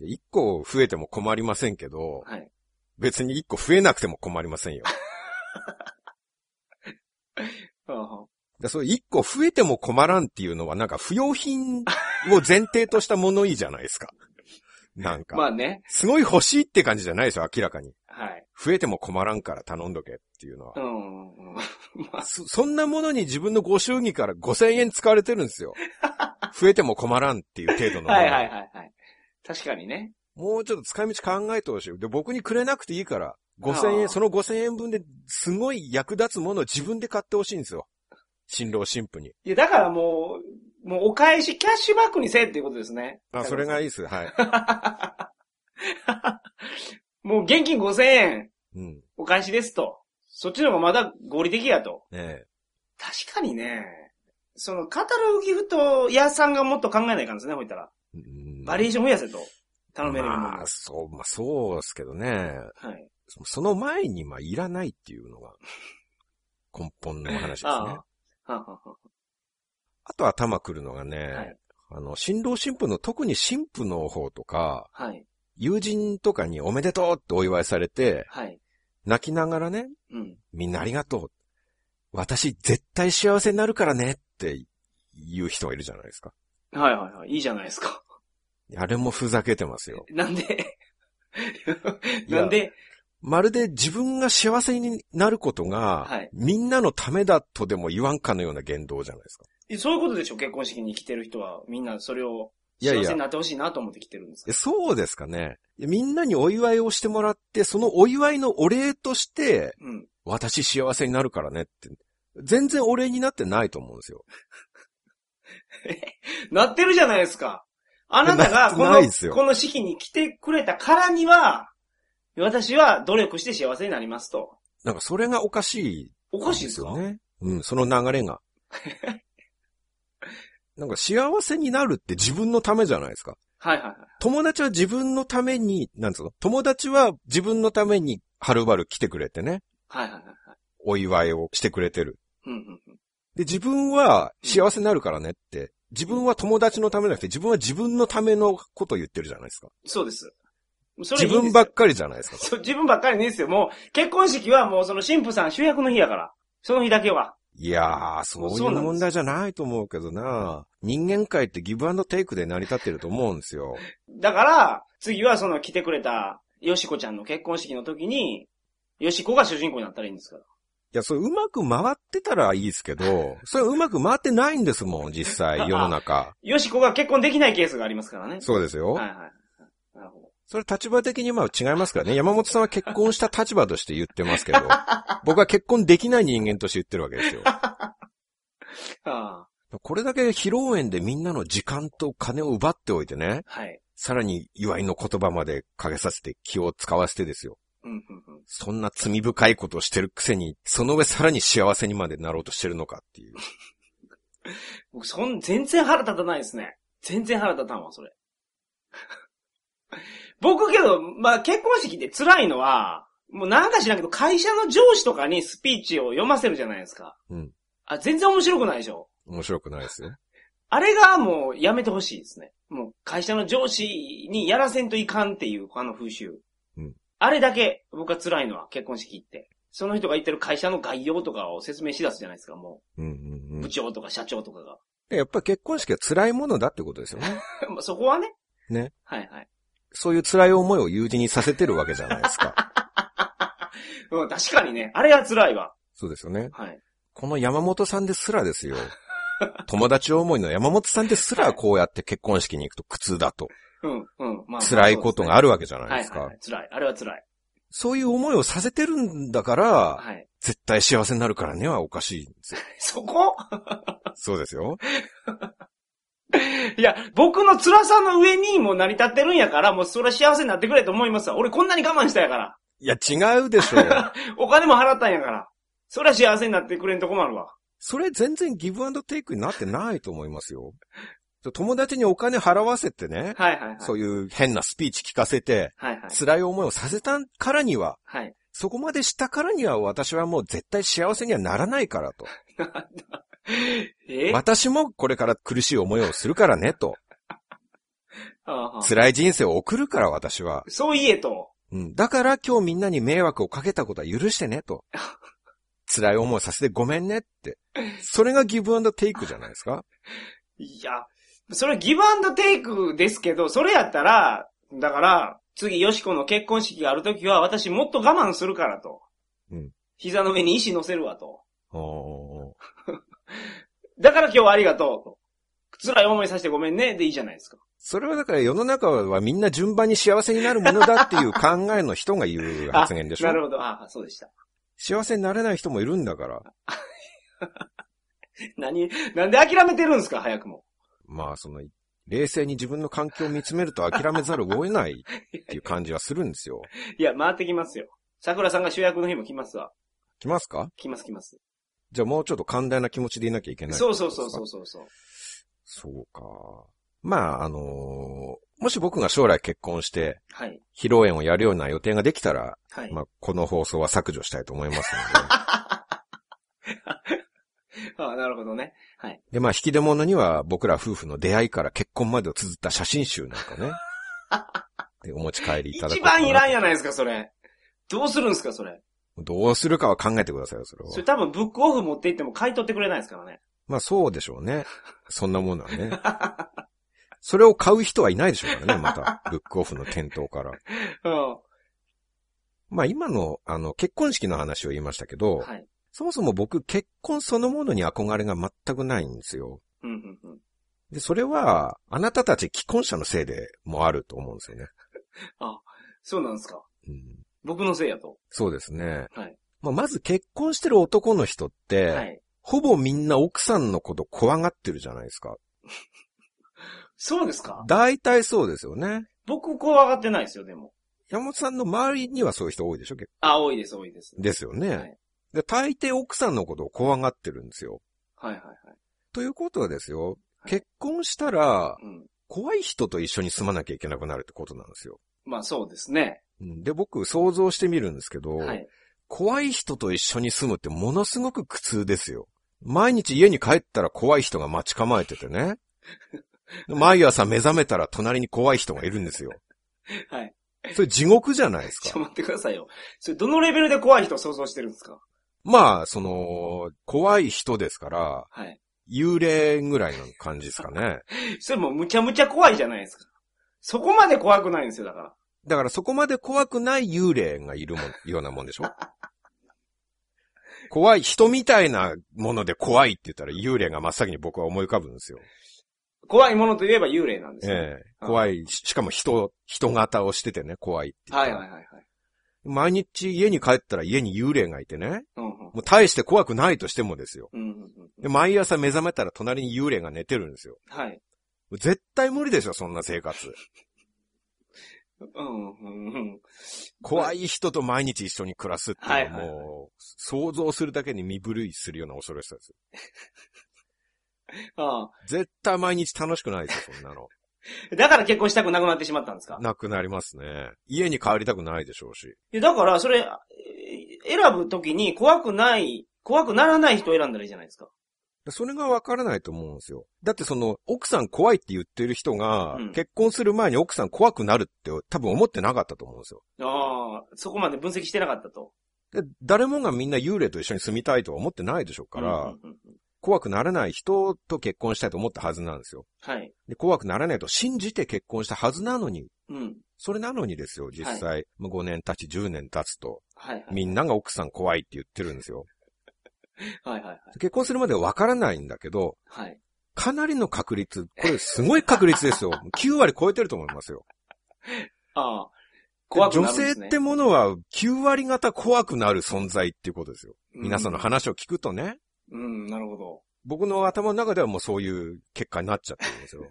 S2: 一個増えても困りませんけど、
S1: はい。
S2: 別に一個増えなくても困りませんよ。
S1: うん
S2: だそう、一個増えても困らんっていうのは、なんか不要品を前提としたものいいじゃないですか。 なん
S1: ま
S2: か、
S1: あね。
S2: すごい欲しいって感じじゃないですよ、明らかに。
S1: はい。
S2: 増えても困らんから頼んどけっていうの は
S1: う。んうんうん。まあ、
S2: そ、そんなものに自分のご祝儀から5000円使われてるん ですよ。増えても困らんっていう程度のもの。
S1: はいはいはいはい。確かにね。
S2: もうちょっと使い道考えてほしい。で、僕にくれなくていいから、5000
S1: あ
S2: 円、
S1: あ
S2: その5000円分ですごい役立つものを自分で買ってほしいんですよ。新郎新婦に。
S1: いや、だからもう、もうお返し、キャッシュバックにせえっていうことですね。
S2: あ、それがいい
S1: い。
S2: です。 はい。
S1: もう現金5000円
S2: うん。ね
S1: お返しですと。そっちの方がまだ合理的やと。
S2: え。
S1: 確かにね、そのカタログギフト屋さんがもっと考えないかんですね、ほいたら。
S2: うん
S1: バリエーション増やせと。頼めるように。
S2: まあ、そう、まあそうですけどね。
S1: はい。
S2: そその前に、まあ、いらないっていうのが、 根本の話ですね。
S1: あ
S2: あ
S1: あ。はんはんはん
S2: と頭くるのがね、
S1: はい
S2: あの、新郎新婦の、特に新婦の方とか、
S1: はい。
S2: 友人とかにおめでとうってお祝いされて、
S1: はい。
S2: 泣きながらね、
S1: うん。
S2: みんなありがとう。私絶対幸せになるからねって言う人がいるじゃないですか。
S1: はいはいはい。いいじゃないですか。
S2: あれもふざけてますよ。
S1: なんで
S2: いや
S1: なんで
S2: まるで自分が幸せになることが、
S1: はい
S2: みんなのためだとでも言わんかのような言動じゃないですか。
S1: そういうことでしょ結婚式に来てる人は、みんなそれを
S2: いやい
S1: 幸
S2: や
S1: せになってほしいなと思って来てるんですか
S2: えそうですかね。みんなにお祝いをしてもらって、そのお祝いのお礼として、
S1: うん。
S2: 私幸せになるからねって、全然お礼になってないと思うんですよ。
S1: なってるじゃないですか。あなたがこ
S2: なない
S1: の
S2: ですよ、
S1: この式に来てくれたからには、私は努力して幸せになりますと。
S2: なんかそれがおかしい
S1: おかしいですか
S2: ね。うん、その流れ が。なんか幸せになるって自分のためじゃないですか。
S1: はいはいはい。
S2: 友達は自分のために、なんつうの友達は自分のためにはるばる来てくれてね、
S1: はいはいはいはい。
S2: お祝いをしてくれてる。
S1: うんうんうん。
S2: で、自分は幸せになるからねって、自分は友達のためじゃなくて、自分は自分のためのことを言ってるじゃないですか。
S1: そうです。それい
S2: 自
S1: いんですよ
S2: 分ばっかりじゃないですか。
S1: そう自分ばっかりでいいですよ。もう、結婚式はもうその新婦さん主役の日やから。その日だけは。
S2: いやー、そうい
S1: そううなんです
S2: 問題じゃないと思うけどな人間界ってギブアンドテイクで成り立ってると思うんですよ。
S1: だから、次はその来てくれた、よしこちゃんの結婚式の時に、よしこが主人公になったらいいんですから。
S2: いや、それうまく回ってたらいいですけど、それうまく回ってないんですもん、実際、世の中。
S1: よしこが結婚できないケースがありますからね。
S2: そうですよ。
S1: はいはい。なるほど。
S2: それ立場的にまあ違いますからね。山本さんは結婚した立場として言ってますけど、僕は結婚できない人間として言ってるわけですよ。
S1: ああ、
S2: これだけ披露宴でみんなの時間と金を奪っておいてね、
S1: はい。
S2: さらに祝いの言葉までかけさせて気を使わせてですよ。
S1: うん、うん、うん。
S2: そんな罪深いことをしてるくせに、その上さらに幸せにまでなろうとしてるのかっていう。
S1: 僕、そん、全然腹立たないですね。全然腹立たんわ、それ。 僕けど、まあ、結婚式で辛いのは、もうなんか知らんけど、会社の上司とかにスピーチを読ませるじゃないですか。
S2: うん。
S1: あ、全然面白くないでしょ。
S2: 面白くないですよ。
S1: あれがもうやめてほしいですね。もう会社の上司にやらせんといかんっていう、あの風習。
S2: うん
S1: あれだけ僕は辛いのは、結婚式って。その人が言ってる会社の概要とかを説明しだすじゃないですか、も
S2: うんうんう
S1: う。
S2: ん
S1: 部。長とか社長とかが。
S2: でやっぱり結婚式は辛いものだってことですよね。
S1: ま あそこはね。
S2: ね。
S1: はいはい。
S2: そういう辛い思いを友人にさせてるわけじゃないですか。
S1: うん、確かにね。あれは辛いわ。
S2: そうですよね。
S1: はい。
S2: この山本さんですらですよ。 友達思いの山本さんですらこうやって結婚式に行くと苦痛だと。
S1: うん、うん。まあ、
S2: 辛いことがあ
S1: る
S2: るわけじゃないです
S1: はいはい
S2: か
S1: は。い。辛い。あれは辛い。
S2: そういう思いをさせてるんだから、
S1: はい。
S2: 絶対幸せになるからねはおかしいんです
S1: そ
S2: よ。
S1: こ
S2: そうですよ。
S1: いや、僕の辛さの上にもう成り立ってるんやから、もうそれは幸せになってくれと思いますわ。俺こんなに我慢したやから。
S2: いや、違うでしょう。
S1: お金も払ったんやから。そりゃ幸せになってくれんと困るわ。
S2: それ全然ギブアンドテイクになってないと思いますよ。友達にお金払わせてね、
S1: はいはいはい。
S2: そういう変なスピーチ聞かせて、
S1: はいはい。
S2: 辛い思いをさせたからには、
S1: はい。
S2: そこまでしたからには私はもう絶対幸せにはならないからと。
S1: え
S2: 私もこれから苦しい思いをするからねと。
S1: ああ
S2: 辛い人生を送るから、私は。
S1: そう言えと。
S2: うん。だから今日みんなに迷惑をかけたことは許して ね、と。辛い思いさせてごめんねって。それがギブアンドテイクじゃないですか
S1: いや、それギブアンドテイクですけど、それやったら、だから、次、よしこの結婚式があるときは、私もっと我慢するからと。
S2: うん
S1: 膝の上に石乗せるわと。
S2: お
S1: だから今日はありがとうと。辛い思いさせてごめんね、でいいじゃないですか。
S2: それはだから世の中はみんな順番に幸せになるものだっていう考えの人が言う発言でし
S1: なる
S2: ょ
S1: ほど。ああ、そうでした。
S2: 幸せになれない人もいるんだから。
S1: 何、なんで諦めてるんですか、早くも。
S2: まあその、冷静に自分の環境を見つめると諦めざるを得ないっていう感じはするんですよ。
S1: いや、回ってきますよ。桜さんが主役の日も来ますわ。
S2: 来ますか
S1: 来ます来ます。
S2: じゃあもうちょっと寛大な気持ちでいなきゃいけない。
S1: そうそうそうそう。そうそう。
S2: そうか。まあ、あのーもし僕が将来結婚して、
S1: はい。
S2: 披露宴をやるような予定ができたら、
S1: はい。
S2: まあ、この放送は削除したいと思いますの で。
S1: ああ、なるほどね。はい。
S2: で、まあ、引き出物には僕ら夫婦の出会いから結婚までを綴った写真集なんかね。でお持ち帰りいただく。
S1: 一番いらんやないですか、それ。どうするんですか、それ。
S2: どうするかは考えてくださいよ、それは
S1: そ。れ多分ブックオフ持って行っても買い取ってくれないですからね。
S2: まあ、そうでしょうね。そんなものは ね。それを買う人はいないでしょうからね、また。ブックオフの店頭から。
S1: う
S2: まあ、今の、あの、結婚式の話を言いましたけど、
S1: ん。はい。
S2: そもそも僕、結婚そのものに憧れが全くないんですよ。
S1: うん、うん、うん。
S2: で、それは、あなたたち既婚者のせいでもあると思うんですよね。
S1: そうなんですか。
S2: うん、
S1: 僕のせいやと。
S2: そうですね。
S1: はい
S2: まあ、まず結婚してる男の人って、
S1: はい。
S2: ほぼみんな奥さんのこと怖がってるじゃないですか。
S1: そうですか
S2: 大体そうですよね。
S1: 僕、こう上がってないですよ、でも。
S2: 山本さんの周りにはそういう人多いでしょ結
S1: あ、多いです、多いです。
S2: 構ですよね、
S1: はい
S2: で。大抵奥さんのことを怖がってるんですよ。
S1: はい、はい、はい。
S2: ということはですよ、
S1: い
S2: 結婚したら、
S1: うん。
S2: 怖い人と一緒に住まなきゃいけなくなるってことなんですよ。
S1: まあ、そうですね。
S2: うんで、僕想像してみるんですけど、
S1: はい。
S2: 怖い人と一緒に住むってものすごく苦痛ですよ。毎日家に帰ったら怖い人が待ち構えて てね。で毎朝目覚めたら隣に怖い人がいるんですよ。
S1: はい。
S2: それ地獄じゃないです
S1: ちょっと
S2: か。
S1: 待ってくださいよ。それ、どのレベルで怖い人を想像してるんですか
S2: まあ、その、怖い人ですから、
S1: はい。
S2: 幽霊ぐらいの感じですかね。
S1: それもうむちゃむちゃ怖いじゃないですか。そこまで怖くないんですよ、だから。
S2: だからそこまで怖くない幽霊がいるもん、ようなもんでしょ 怖い、人みたいなもので怖いって言ったら幽霊が真っ先に僕は思い浮かぶんですよ。
S1: 怖いものといえば幽霊なんですよ。
S2: ええ
S1: うん
S2: 怖い。ししかも人、人型をしててね、怖いって言っ
S1: は
S2: た
S1: い
S2: ら
S1: はいはいはい。
S2: 毎日家に帰ったら家に幽霊がいてね、
S1: うんうん。
S2: もう大して怖くないとしてもですよ。
S1: うんうんうんう
S2: で、
S1: ん。
S2: 毎朝目覚めたら隣に幽霊が寝てるんですよ。
S1: はい。
S2: 絶対無理でしょ、そんな生活。
S1: うんうんうん。
S2: 怖い人と毎日一緒に暮らすっていうのは
S1: はいはいはい
S2: もう、想像するだけに身震いするような恐ろしさです。
S1: あ
S2: 絶対毎日楽しくないですよ、そんなの。
S1: あ。だから結婚したくなくなってしまったんですか
S2: なくなりますね。家に帰りたくないでしょうし。
S1: いや、だから、それ、えー選ぶときに怖くない、怖くならない人を選んだらいいじゃないですか。
S2: それがわからないと思うんですよ。だってその、奥さん怖いって言ってる人が、
S1: うん
S2: 結婚する前に奥さん怖くなるって多分思ってなかったと思うんですよ。
S1: ああ、そこまで分析してなかったと。
S2: で誰もがみんな幽霊と一緒に住みたいとは思ってないでしょうから、
S1: うんうんうんうん
S2: 怖くならない人と結婚したいと思ったはずなんですよ。
S1: はい。
S2: で、怖くならないと信じて結婚したはずなのに、
S1: うん。
S2: それなのにですよ、実際。もう5年経ち、10年経つと、
S1: はいはい。
S2: みんなが奥さん怖いって言ってるんですよ。
S1: はいはい
S2: 結婚するまではわからないんだけど、
S1: はい。はい。
S2: かなりの確率、これすごい確率で すよ。9割超えてると思いますよ。
S1: ああ。怖くなるんです、ね。
S2: 女性ってものは9割方怖くなる存在っていうことですよ。
S1: うん、
S2: 皆さんの話を聞くとね、
S1: うん、なるほど。
S2: 僕の頭の中ではもうそういう結果になっちゃってるんですよ。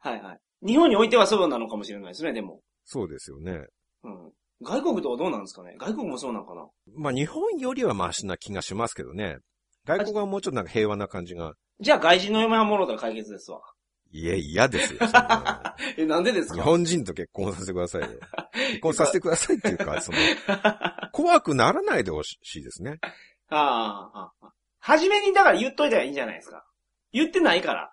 S1: はいはい。日本においてはそうなのかもしれないですね、でも。
S2: そうですよね。
S1: うん。外国とはどうなんですかね外国もそうなのかな
S2: まあ日本よりはマシな気がしますけどね。外国はもうちょっとなんか平和な感じが。
S1: じゃあ外人の嫁はもろたら解決ですわ。
S2: いや、嫌ですよ。そんな
S1: え、なんでです
S2: の日
S1: か
S2: 本人と結婚させてください よ。結婚させてくださいっていうか、その、怖くならないでほしいですね。
S1: ああ、はじめにだから言っといたらいいんじゃないですか。言ってないから。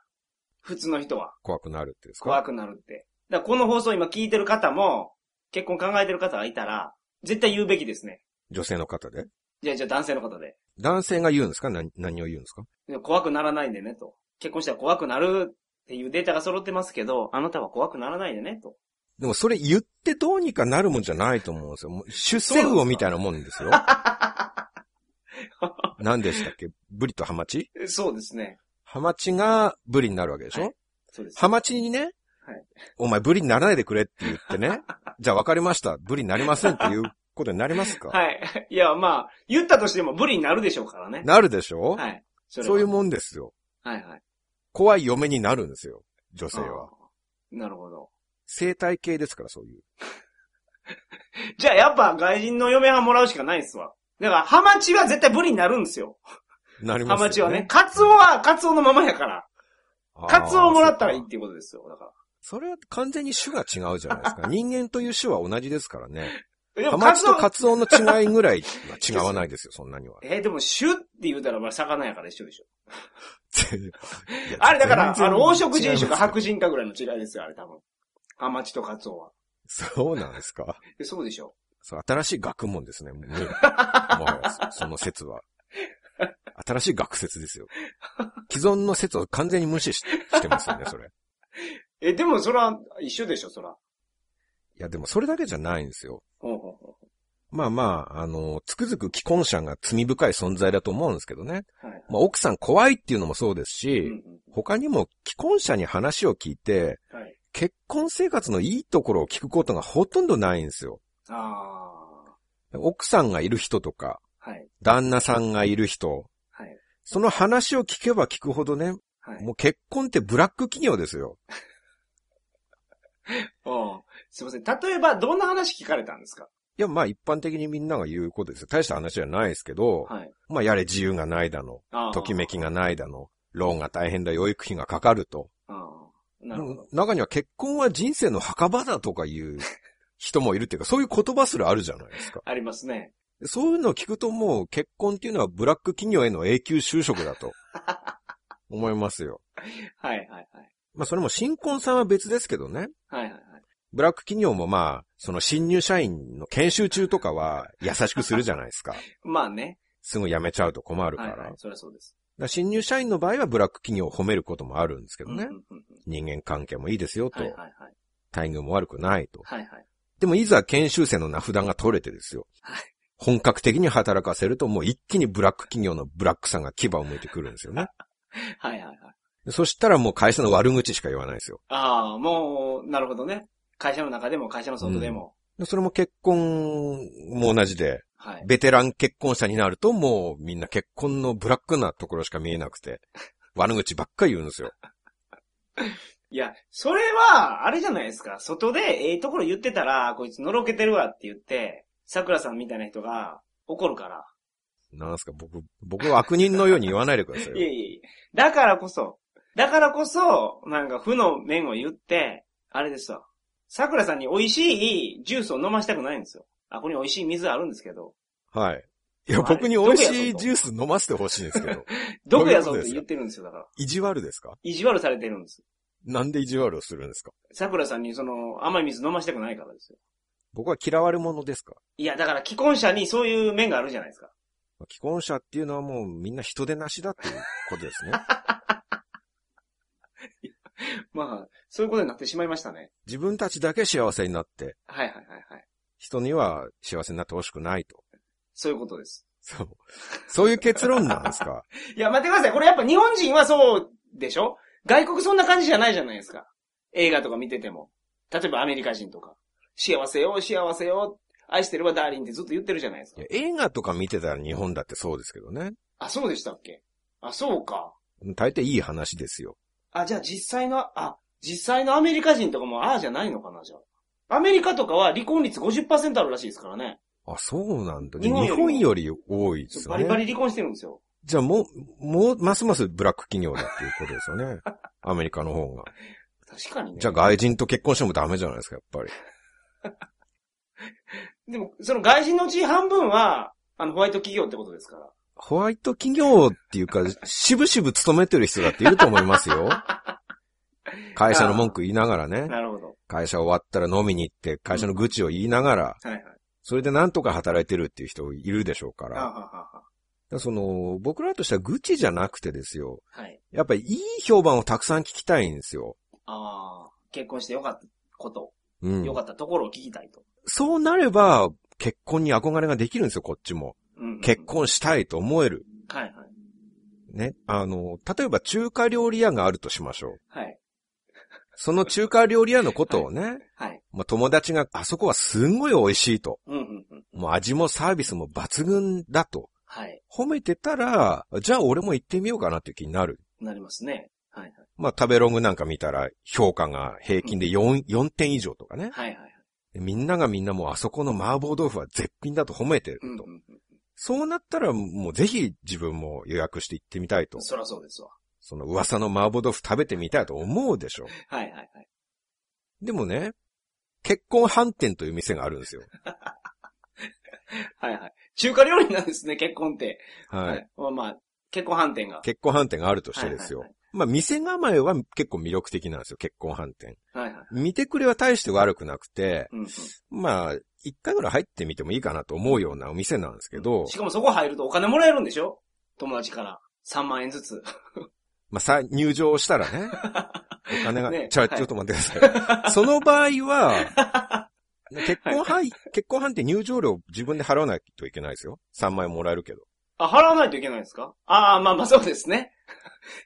S1: 普通の人は。
S2: 怖くなるってですか
S1: 怖くなるって。だからこの放送今聞いてる方も、結婚考えてる方がいたら、絶対言うべきですね。
S2: 女性の方で
S1: じゃあ、じゃあ男性の方で。
S2: 男性が言うんですか何何を言うんですか
S1: いや怖くならないんでね、と。結婚したら怖くなるっていうデータが揃ってますけど、あなたは怖くならないでね、と。
S2: でもそれ言ってどうにかなるもんじゃないと思うんですよ。もう出世魚みたいなもんですよ。何でしたっけブリとハマチ
S1: そうですね。
S2: ハマチがブリになるわけでしょ、
S1: はいそうです。
S2: ハマチにね、
S1: はい
S2: お前ブリにならないでくれって言っ てね、じゃあ分かりました。ブリになりませんっていうことになりますか、
S1: はい。 いや、まあ、言ったとしても無理になるでしょうからね。
S2: なるでしょ、
S1: はい。それは
S2: そういうもんですよ。
S1: はいはい。
S2: 怖い嫁になるんですよ。女性は。
S1: あーなるほど。
S2: 生態系ですから、そういう。
S1: じゃあやっぱ外人の嫁はんもらうしかないですわ。だから、ハマチは絶対ブリになるんですよ。
S2: なりま
S1: ハ
S2: すよ
S1: マチ
S2: ね。
S1: はね。。カツオはカツオのままやから。
S2: あー
S1: カツオをもらったらいいっていうことですよ。だか
S2: それは完全に種が違うじゃないですか。人間という種は同じですからね。
S1: ら。でも
S2: ハマ
S1: カ
S2: チ
S1: ツ
S2: と
S1: オ、
S2: カツオの違いぐらいは違わない ですよ、そんなには。
S1: えーでも、シュって言うたらまあ魚やから一緒でしょ。
S2: いや
S1: あれだから、
S2: 全然
S1: あの、黄色人種か
S2: 違います
S1: 白人かぐらいの違いですよ、あれ多分。ハマチとカツオは。
S2: そうなんですか。
S1: えそうでしょ。
S2: そう、新しい学問ですね。もう、もうその説は。新しい学説ですよ。既存の説を完全に無視ししてますよね、それ。
S1: え、でもそら、一緒でしょ、そら。
S2: いや、でもそれだけじゃないんですよ。
S1: ほうほうほ
S2: まあまあ、あの、つくづく既婚者が罪深い存在だと思うんですけどね。
S1: う。はい。
S2: まあ、奥さん怖いっていうのもそうですし、
S1: うんうん
S2: 他にも既婚者に話を聞いて、
S1: はい。
S2: 結婚生活のいいところを聞くことがほとんどないんですよ。
S1: あ
S2: 奥さんがいる人とか、
S1: あ。はい。
S2: 旦那さんがいる人、
S1: はい。
S2: その話を聞けば聞くほどね、
S1: はい。
S2: もう結婚ってブラック企業ですよ。
S1: うんすいません。例えば、どんな話聞かれたんですか
S2: いや、まあ一般的にみんなが言うことですよ。大した話じゃないですけど、
S1: はい。
S2: まあやれ自由がないだの、
S1: あー
S2: ときめきがないだの、ローンが大変だ、養育費がかかると。
S1: ああ。なるほど。
S2: 中には結婚は人生の墓場だと かいう人もいるっていうか、そういう言葉すらあるじゃないですか。
S1: ありますね。
S2: そういうのを聞くともう結婚っていうのはブラック企業への永久就職 だと思いますよ。
S1: はいはいはい。
S2: まあそれも新婚さんは別ですけどね。
S1: はいはいはい。
S2: ブラック企業もまあ、その新入社員の研修中とかは優しくするじゃない ですか。
S1: まあね。
S2: すぐ辞めちゃうと困るか
S1: はい
S2: ら。
S1: はい
S2: だか。
S1: そりゃそうです。
S2: ら新入社員の場合はブラック企業を褒めることもあるんですけどね。
S1: うんうんうんうん
S2: 人間関係もいいですよと
S1: はい。はいはい。
S2: 待遇も悪くないと。
S1: はいはい。
S2: でもいざ研修生の名札が取れてですよ
S1: はい。
S2: 本格的に働かせるともう一気にブラック企業のブラックさんが牙を向いてくるんですよね。
S1: はいはいはい。
S2: でそしたらもう会社の悪口しか言わないですよ。
S1: ああ、もう、なるほどね。会社の中でも会社の外でも。
S2: でそれも結婚も同じで、
S1: はい。
S2: ベテラン結婚者になるともうみんな結婚のブラックなところしか見えなくて、悪口ばっかり言うんですよ。
S1: いや、それは、あれじゃないですか。外でええところ言ってたら、こいつのろけてるわって言って、桜さんみたいな人が怒るから。
S2: なんすか、僕、僕は悪人のように言わないでください
S1: いえ
S2: よ。
S1: いえいえ。だからこそ、だからこそ、なんか負の面を言って、あれですわ。桜さんに美味しいジュースを飲ましたくないんですよ。あ、ここに美味しい水あるんですけど、
S2: はい。いや、
S1: あれ
S2: 僕に美味しいジュース飲ませてほしいんです けど、
S1: 毒やぞ
S2: ど
S1: っ
S2: ういうことです
S1: て
S2: か
S1: 言ってるんですよ、だから。
S2: 意地悪ですか
S1: 意地悪されてるんです。
S2: なんで意地悪をするんですか
S1: 桜さんにその、甘い水飲ましたくないからですよ。
S2: 僕は嫌われ者ですか
S1: いや、だから既婚者にそういう面があるじゃないですか。
S2: 既婚者っていうのはもうみんな人でなしだっていうこ とですね。
S1: まあ、そういうことになってしまいましたね。
S2: 自分たちだけ幸せになって、
S1: はいはいはいはい。
S2: 人には幸せになってほしくないと。
S1: そういうことです。
S2: そう。そういう結論なんですか
S1: いや、待ってください。これやっぱ日本人はそうでしょ外国そんな感じじゃないじゃないですか。映画とか見てても。例えばアメリカ人とか。幸せよ、幸せよ、愛してるわ、ダーリンってずっと言ってるじゃないです
S2: い
S1: か
S2: や。映画とか見てたら日本だってそうですけどね。
S1: あ、そうでしたっけあ、そうか。
S2: 大抵いい話ですよ。
S1: あ、じゃあ実際の、あ、実際のアメリカ人とかも、ああじゃないのかな、じゃあ。アメリカとかは離婚率50%あるらしいですからね。
S2: あ、そうなんだ。
S1: 日
S2: 日
S1: 本
S2: 本
S1: よりも
S2: より多いですよ
S1: バリバ
S2: ね。
S1: リ離婚してるんですよ。
S2: じゃあもう、もう、ますますブラック企業だっていうことです よね。アメリカの方が。
S1: 確かにね。
S2: じゃあ外人と結婚してもダメじゃないですか、やっぱり。
S1: でも、その外人のうち半分は、あの、ホワイト企業ってことですから。
S2: ホワイト企業っていうか、しぶしぶ勤めてる人だっていると思いますよ。会社の文句言いながらね、
S1: なるほど。
S2: 会社終わったら飲みに行って、会社の愚痴を言いながら、
S1: はいはい。
S2: それでなんとか働いてるっていう人いるでしょうから。
S1: はあは
S2: だか
S1: あは
S2: らその、僕らとしては愚痴じゃなくてですよ。
S1: あはい。
S2: やっぱりいい評判をたくさん聞きたいんですよ。
S1: ああ、結婚してよかったこと、
S2: うん
S1: よ。かったところを聞きたいと。
S2: そうなれば、結婚に憧れができるんですよ、こっちも。
S1: うんうん
S2: 結。婚したいと思える。
S1: はいはい。
S2: ね。あの、例えば中華料理屋があるとしましょう。
S1: はい。
S2: その中華料理屋のことをね、
S1: はい。
S2: まあ、友達が、あそこはすんごい美味しいと。
S1: うんうんうん。
S2: もう味もサービスも抜群だと。
S1: はい。
S2: 褒めてたら、じゃあ俺も行ってみようかなっていう気になる。
S1: なりますね。はい
S2: まあ、食べログなんか見たら、評価が平均で4、4点以上とか
S1: は
S2: ね。
S1: い。はいはい。
S2: みんながみんなもうあそこの麻婆豆腐は絶品だと褒めてる
S1: うんう
S2: と。
S1: ん
S2: そうなったら、もうぜひ自分も予約して行ってみた
S1: う
S2: い
S1: ん。
S2: と。
S1: そらそうですわ。
S2: その噂の麻婆豆腐食べてみたいと思うでしょ
S1: はいはいはい。
S2: う。でもね、結婚飯店という店があるんですよ。
S1: はいはい。中華料理なんですね、結婚って。
S2: はい。。
S1: まあまあ、結婚飯店が。
S2: 結婚飯店があるとしてですよ
S1: はい。
S2: まあ、店構えは結構魅力的なんですよ、結婚飯店。
S1: はいはい。
S2: 見てくれは大して悪くなくて、
S1: うんうん
S2: まあ、一回ぐらい入ってみてもいいかなと思うようなお店なんですけど、
S1: しかもそこ入るとお金もらえるんでしょ友達から。3万円ずつ。
S2: まあ、さ、入場したら ね、お金が、
S1: ね
S2: ちょ、
S1: はい
S2: ちょっと待ってください。その場合は、結婚は結婚飯店入場料自分で払わないといけないですよ。3万円もらえるけど。
S1: あ、払わないといけないんですかああ、まあまあそうですね。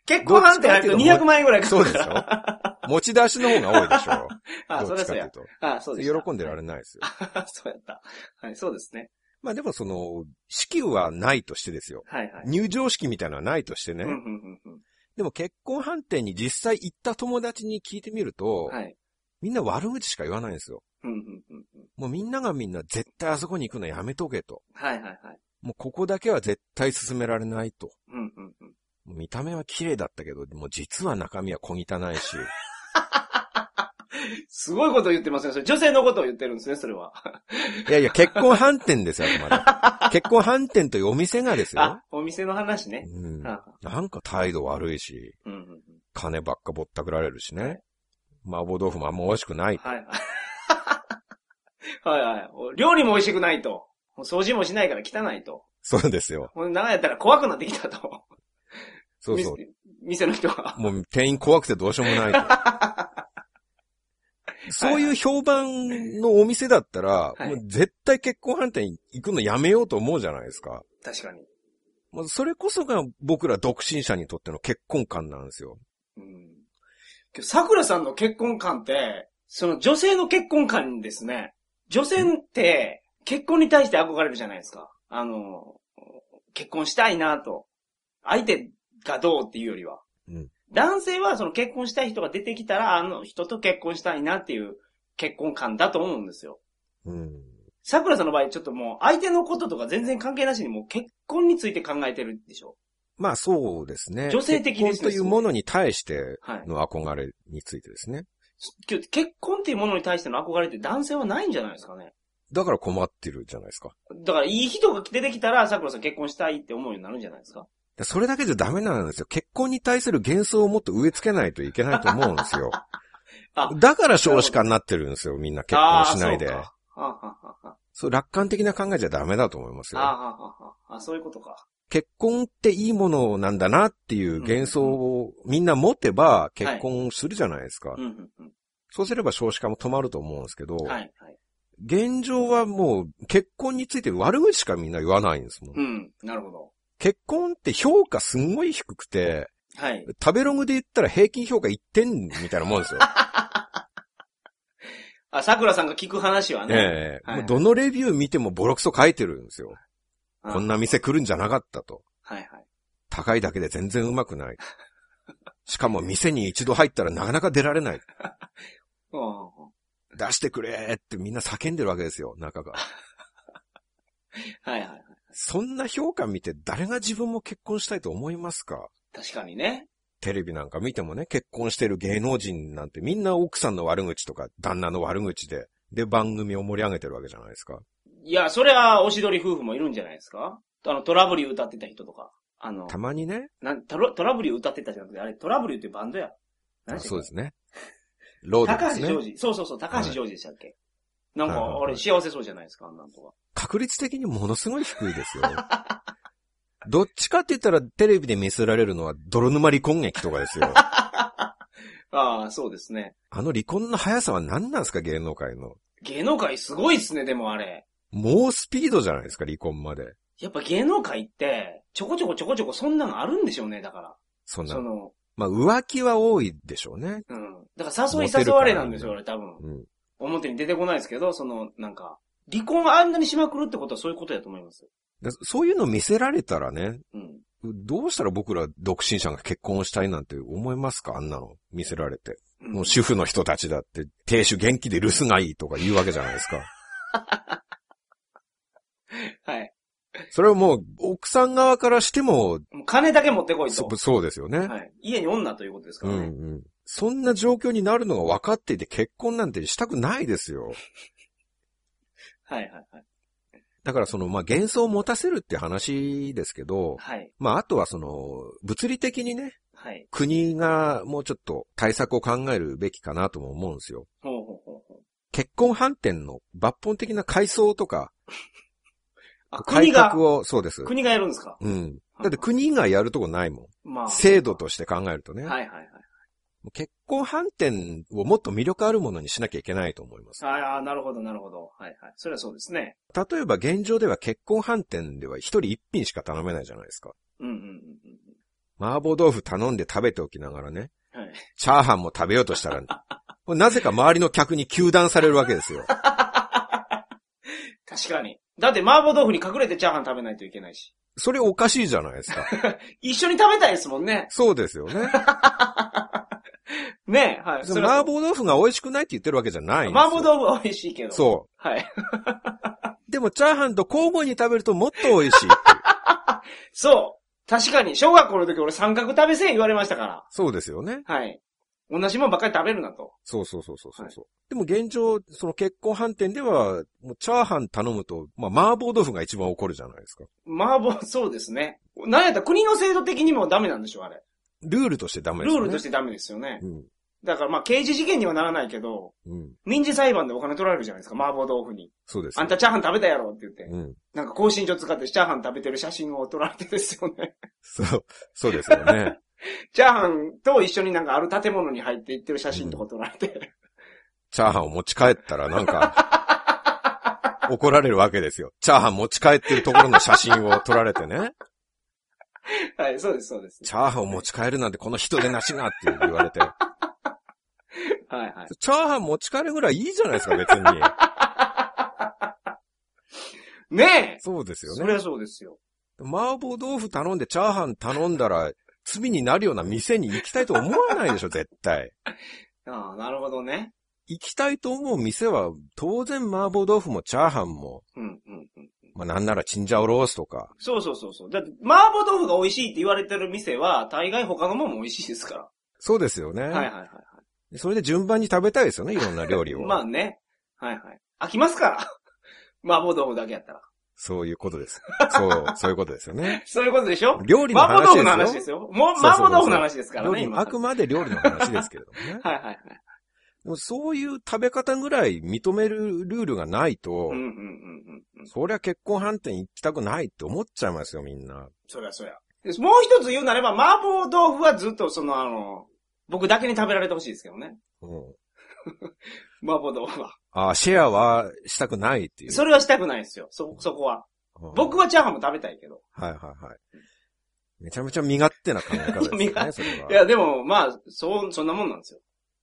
S1: 結婚飯店入ると
S2: どっちかっていうと
S1: 200万円ぐらいかか
S2: そう
S1: る
S2: で
S1: か
S2: す
S1: ら。
S2: よ。持ち出しの方が多いでしょ
S1: あ
S2: う。
S1: あ、そ
S2: どっ
S1: れ
S2: ち
S1: そう
S2: かとい
S1: や
S2: う。と。
S1: ああ、そうです。
S2: 喜んでられないですよ。
S1: た。 そうやった。はい、そうですね。
S2: まあでもその、式はないとしてですよ。
S1: はいはい。
S2: 入場式みたいなのはないとしてね。
S1: うんうんうん
S2: でも結婚飯店に実際行った友達に聞いてみると、
S1: うん。はい。
S2: みんな悪口しか言わないんですよ。
S1: うんうんうんうん。
S2: もうみんながみんな絶対あそこに行くのやめとけと。
S1: はいはいはい。
S2: もうここだけは絶対進められないと。
S1: うんうんうん。
S2: もう見た目は綺麗だったけど、もう実は中身は小汚 いし。
S1: すごいこと言ってますね。それ女性のことを言ってるんですね、それは。
S2: いやいや、結婚飯店ですよ、あく まで。結婚飯店というお店がですよ
S1: あ。、お店の話ね。
S2: うん。
S1: はあ
S2: なんか態度悪いし、
S1: うんうんうん
S2: 金ばっかぼったくられるしね。麻婆豆腐もあんま美味しくない。
S1: はいはい。 はいはいお。料理も美味しくないと。掃除もしないから汚いと。
S2: そうですよ。
S1: ほんで長いやったら怖くなってきたと。
S2: そうそう。
S1: 店店の人が。
S2: もう店員怖くてどうしようも ないと。そういう評判のお店だったら、
S1: はい
S2: もう絶対結婚飯店行くのやめようと思うじゃないですか。
S1: 確かに。
S2: もうそれこそが僕ら独身者にとっての結婚観なんですよ。
S1: うん。けど桜さんの結婚観って、その女性の結婚観ですね。女性って結婚に対して憧れるじゃないですか。あの、結婚したいなと。相手がどうっていうよりは。
S2: うん
S1: 男性はその結婚したい人が出てきたら、あの人と結婚したいなっていう結婚観だと思うんですよ。
S2: うん。
S1: 桜さんの場合ちょっともう相手のこととか全然関係なしにもう結婚について考えてるでしょ。
S2: まあそうですね。
S1: 女性的ですね
S2: 結婚というものに対して
S1: はい。
S2: の憧れについてですね。
S1: けど結婚っていうものに対しての憧れって男性はないんじゃないですかね。
S2: だから困ってるじゃないですか。
S1: だから、いい人が出てきたら、桜さん結婚したいって思うようになるんじゃないですか。
S2: それだけじゃダメなんですよ。結婚に対する幻想をもっと植え付けないといけないと思うんで すよ
S1: あ。
S2: だから少子化になってるんですよ、みんな結婚しないで。
S1: あー
S2: そ
S1: そううかあははは
S2: 楽観的な考えじゃダメだと思います
S1: あは
S2: よ。
S1: ははあ、そういうことか。
S2: 結婚っていいものなんだなっていう幻想をみんな持てば結婚するじゃないですか。
S1: うん、うん、うん。
S2: そうすれば少子化も止まると思うんですけど、
S1: はい、はい。
S2: 現状はもう結婚について悪口しかみんな言わないんですもん。
S1: うん、なるほど。
S2: 結婚って評価すんごい低くて、
S1: はい。
S2: 食べログで言ったら平均評価1点みたいなもんですよ。
S1: あ、桜さんが聞く話はね。
S2: ええ
S1: はい
S2: もうどのレビュー見てもボロクソ書いてるんですよ。
S1: あ
S2: こんな店来るんじゃなかったと。
S1: はい、はい。
S2: 高いだけで全然うま くない。しかも店に一度入ったらなかなか出られない。
S1: うんうんうん
S2: 出してくれってみんな叫んでるわけですよ、中が。
S1: はい、はい。
S2: そんな評価見て誰が自分も結婚したいと思いますか
S1: 確かにね。
S2: テレビなんか見てもね、結婚してる芸能人なんてみんな奥さんの悪口とか旦那の悪口で、で番組を盛り上げてるわけじゃないですか。
S1: いや、それは、おしどり夫婦もいるんじゃないですかあの、トラブリュー歌ってた人とか。あの
S2: た、まにね、
S1: なんトラトラブリュー歌ってたじゃなくて、あれ、トラブリューってバンドや。。
S2: あそうですすね。ロード
S1: 高
S2: です
S1: 橋ジョ
S2: ね
S1: ー。ジ。そうそうそう、高橋ジョージでしたっけ、なん
S2: は
S1: か
S2: いはい、はい
S1: あれ幸せそうじゃないですか、あんなんとか。
S2: 確率的にものすごい低いですよ。 どっちかって言ったらテレビで見せられるのは泥沼離婚劇とかですよ。あ
S1: ああ、そうですね。
S2: の離婚の速さは何なんですか芸能界の。
S1: 芸能界すごいっすね、でもあれ。
S2: 猛スピードじゃないですか離婚まで。
S1: やっぱ芸能界って、ちょこちょこちょこちょこそんなのあるんでしょうね、だから。
S2: そんな
S1: そ。の、
S2: まあ浮気は多いでしょうね。
S1: うん。だから誘い誘われなんですよ、
S2: モ
S1: 俺多分。
S2: うん。
S1: 表に出てこないですけど、その、なんか、離婚あんなにしまくるってことはそういうことだと思います。
S2: だそういうの見せられたらね、
S1: うん。
S2: どうしたら僕ら独身者が結婚したいなんて思いますかあんなの見せられて。
S1: うん
S2: もう主婦の人たちだって、亭主元気で留守がいいとか言うわけじゃないですか。
S1: はい。
S2: それはもう奥さん側からしても、
S1: もう金だけ持ってこいと
S2: そ。そうですよね。
S1: はい。家に女ということですか
S2: う
S1: ら
S2: ん
S1: ね。
S2: うん。そんな状況になるのが分かっていて結婚なんてしたくないですよ。
S1: はいはいはい。
S2: だからその、まあ、幻想を持たせるって話ですけど、
S1: はい。
S2: まあ、あとはその、物理的にね、
S1: はい。
S2: 国がもうちょっと対策を考えるべきかなとも思うんですよ。
S1: ほうほうほうほう。
S2: 結婚反転の抜本的な改装とか、
S1: あ、
S2: 改
S1: 国が
S2: 革、を、そうです。
S1: 国がやるんですか
S2: うん。だって国以外やるとこないも
S1: まあ。
S2: ん。制度として考えるとね。
S1: はいはいはい。
S2: 結婚反転をもっと魅力あるものにしなきゃいけないと思います。
S1: ああ、なるほどなるほど。はいはい。それはそうですね。
S2: 例えば現状では結婚飯店では一人一品しか頼めないじゃないですか。
S1: うんうんうん
S2: 麻婆豆腐頼んで食べておきながらね、
S1: うん。はい。
S2: チャーハンも食べようとしたら、これなぜか周りの客に求断されるわけですよ。
S1: 確かに。だって麻婆豆腐に隠れてチャーハン食べないといけないし。
S2: それおかしいじゃないですか。
S1: 一緒に食べたいですもんね。
S2: そうですよね。
S1: ねはい。
S2: そ
S1: れ
S2: の
S1: は
S2: 麻婆豆腐が美味しくないって言ってるわけじゃないんですよ。
S1: 麻婆豆腐は美味しいけど。う。
S2: そ
S1: はい。
S2: う。でもチャーハンと交互に食べるともっと美味しいっていう。
S1: そう。確かに、小学校の時俺三角食べせん言われましたから。
S2: そうですよね。
S1: はい。同じもんばっかり食べるなと。
S2: そうそうそうそうそうそう。でも現状、その結婚飯店では、もうチャーハン頼むと、まあ麻婆豆腐が一番怒るじゃないですか。
S1: 麻婆、そうですね。なんやったら国の制度的にもダメなんでしょ、あれ。
S2: ルールとしてダメで
S1: ル
S2: す
S1: ー
S2: よね。
S1: ルとしてダメですよね。
S2: うん。
S1: だからまあ刑事事件にはならないけど、
S2: うん。
S1: 民事裁判でお金取られるじゃないですか、麻婆豆腐に。
S2: そうですよ。
S1: あんたチャーハン食べたやろって言って。
S2: うん。
S1: なんか更新所使ってチャーハン食べてる写真を撮られてですよね。
S2: そう、そうですよね。
S1: チャーハンと一緒になんかある建物に入っていってる写真とか撮られて。
S2: チャーハンを持ち帰ったらなんか、怒られるわけですよ。チャーハン持ち帰ってるところの写真を撮られてね。
S1: はい、そうです、そうです。
S2: チャーハンを持ち帰るなんてこの人でなしなって言われて。
S1: はい、はい。
S2: チャーハン持ち帰るぐらいいいじゃないですか、別に。
S1: ねえ
S2: そうですよ
S1: そ
S2: ね。
S1: りゃそうですよ。
S2: 麻婆豆腐頼んでチャーハン頼んだら、罪になるような店に行きたいと思わないでしょ、絶対。
S1: ああ、なるほどね。
S2: 行きたいと思う店は、当然麻婆豆腐もチャーハンも、
S1: うん、うん、うん。
S2: まあなんならチンジャオロースとか、
S1: そうそうそうそう。だって、麻婆豆腐が美味しいって言われてる店は、大概他のもんも美味しいですか
S2: そうですよね。
S1: ら。はいはいはいは。
S2: それで順番に食べたいですよね、いろんない料理を。
S1: まあね。はいはい。飽きますから。 麻婆豆腐だけやったら。
S2: そういうことです。そう、そういうことですよね。
S1: そういうことでしょ
S2: 料理の
S1: 麻婆豆
S2: 話
S1: 腐の話
S2: で
S1: ですす
S2: よ。
S1: よ。もう、
S2: そう
S1: 麻
S2: そうそう
S1: 婆豆腐の話ですから
S2: 料
S1: ね、
S2: 理
S1: 今。
S2: あくまで料理の話ですけれどもね。
S1: はいはいはい。
S2: でもそういう食べ方ぐらい認めるルールがないと、
S1: うんうんうんうんうん。
S2: そりゃ結婚飯店行きたくないって思っちゃいますよ、みんな。
S1: そりゃそりゃ。でもう一つ言うなれば、麻婆豆腐はずっとそのあの、僕だけに食べられてほしいですけどね。
S2: うん。
S1: 麻婆豆腐は。
S2: あシェアはしたくないっていう。
S1: それはしたくないですよ。そ、そこは。
S2: うん
S1: 僕はチャーハンも食べたいけど。
S2: はいはいはい。めちゃめちゃ身勝手な考え方ですよ
S1: 身
S2: ね、
S1: 勝
S2: それは。
S1: いや、でも、まあ、そう、そんなもんなんですよ。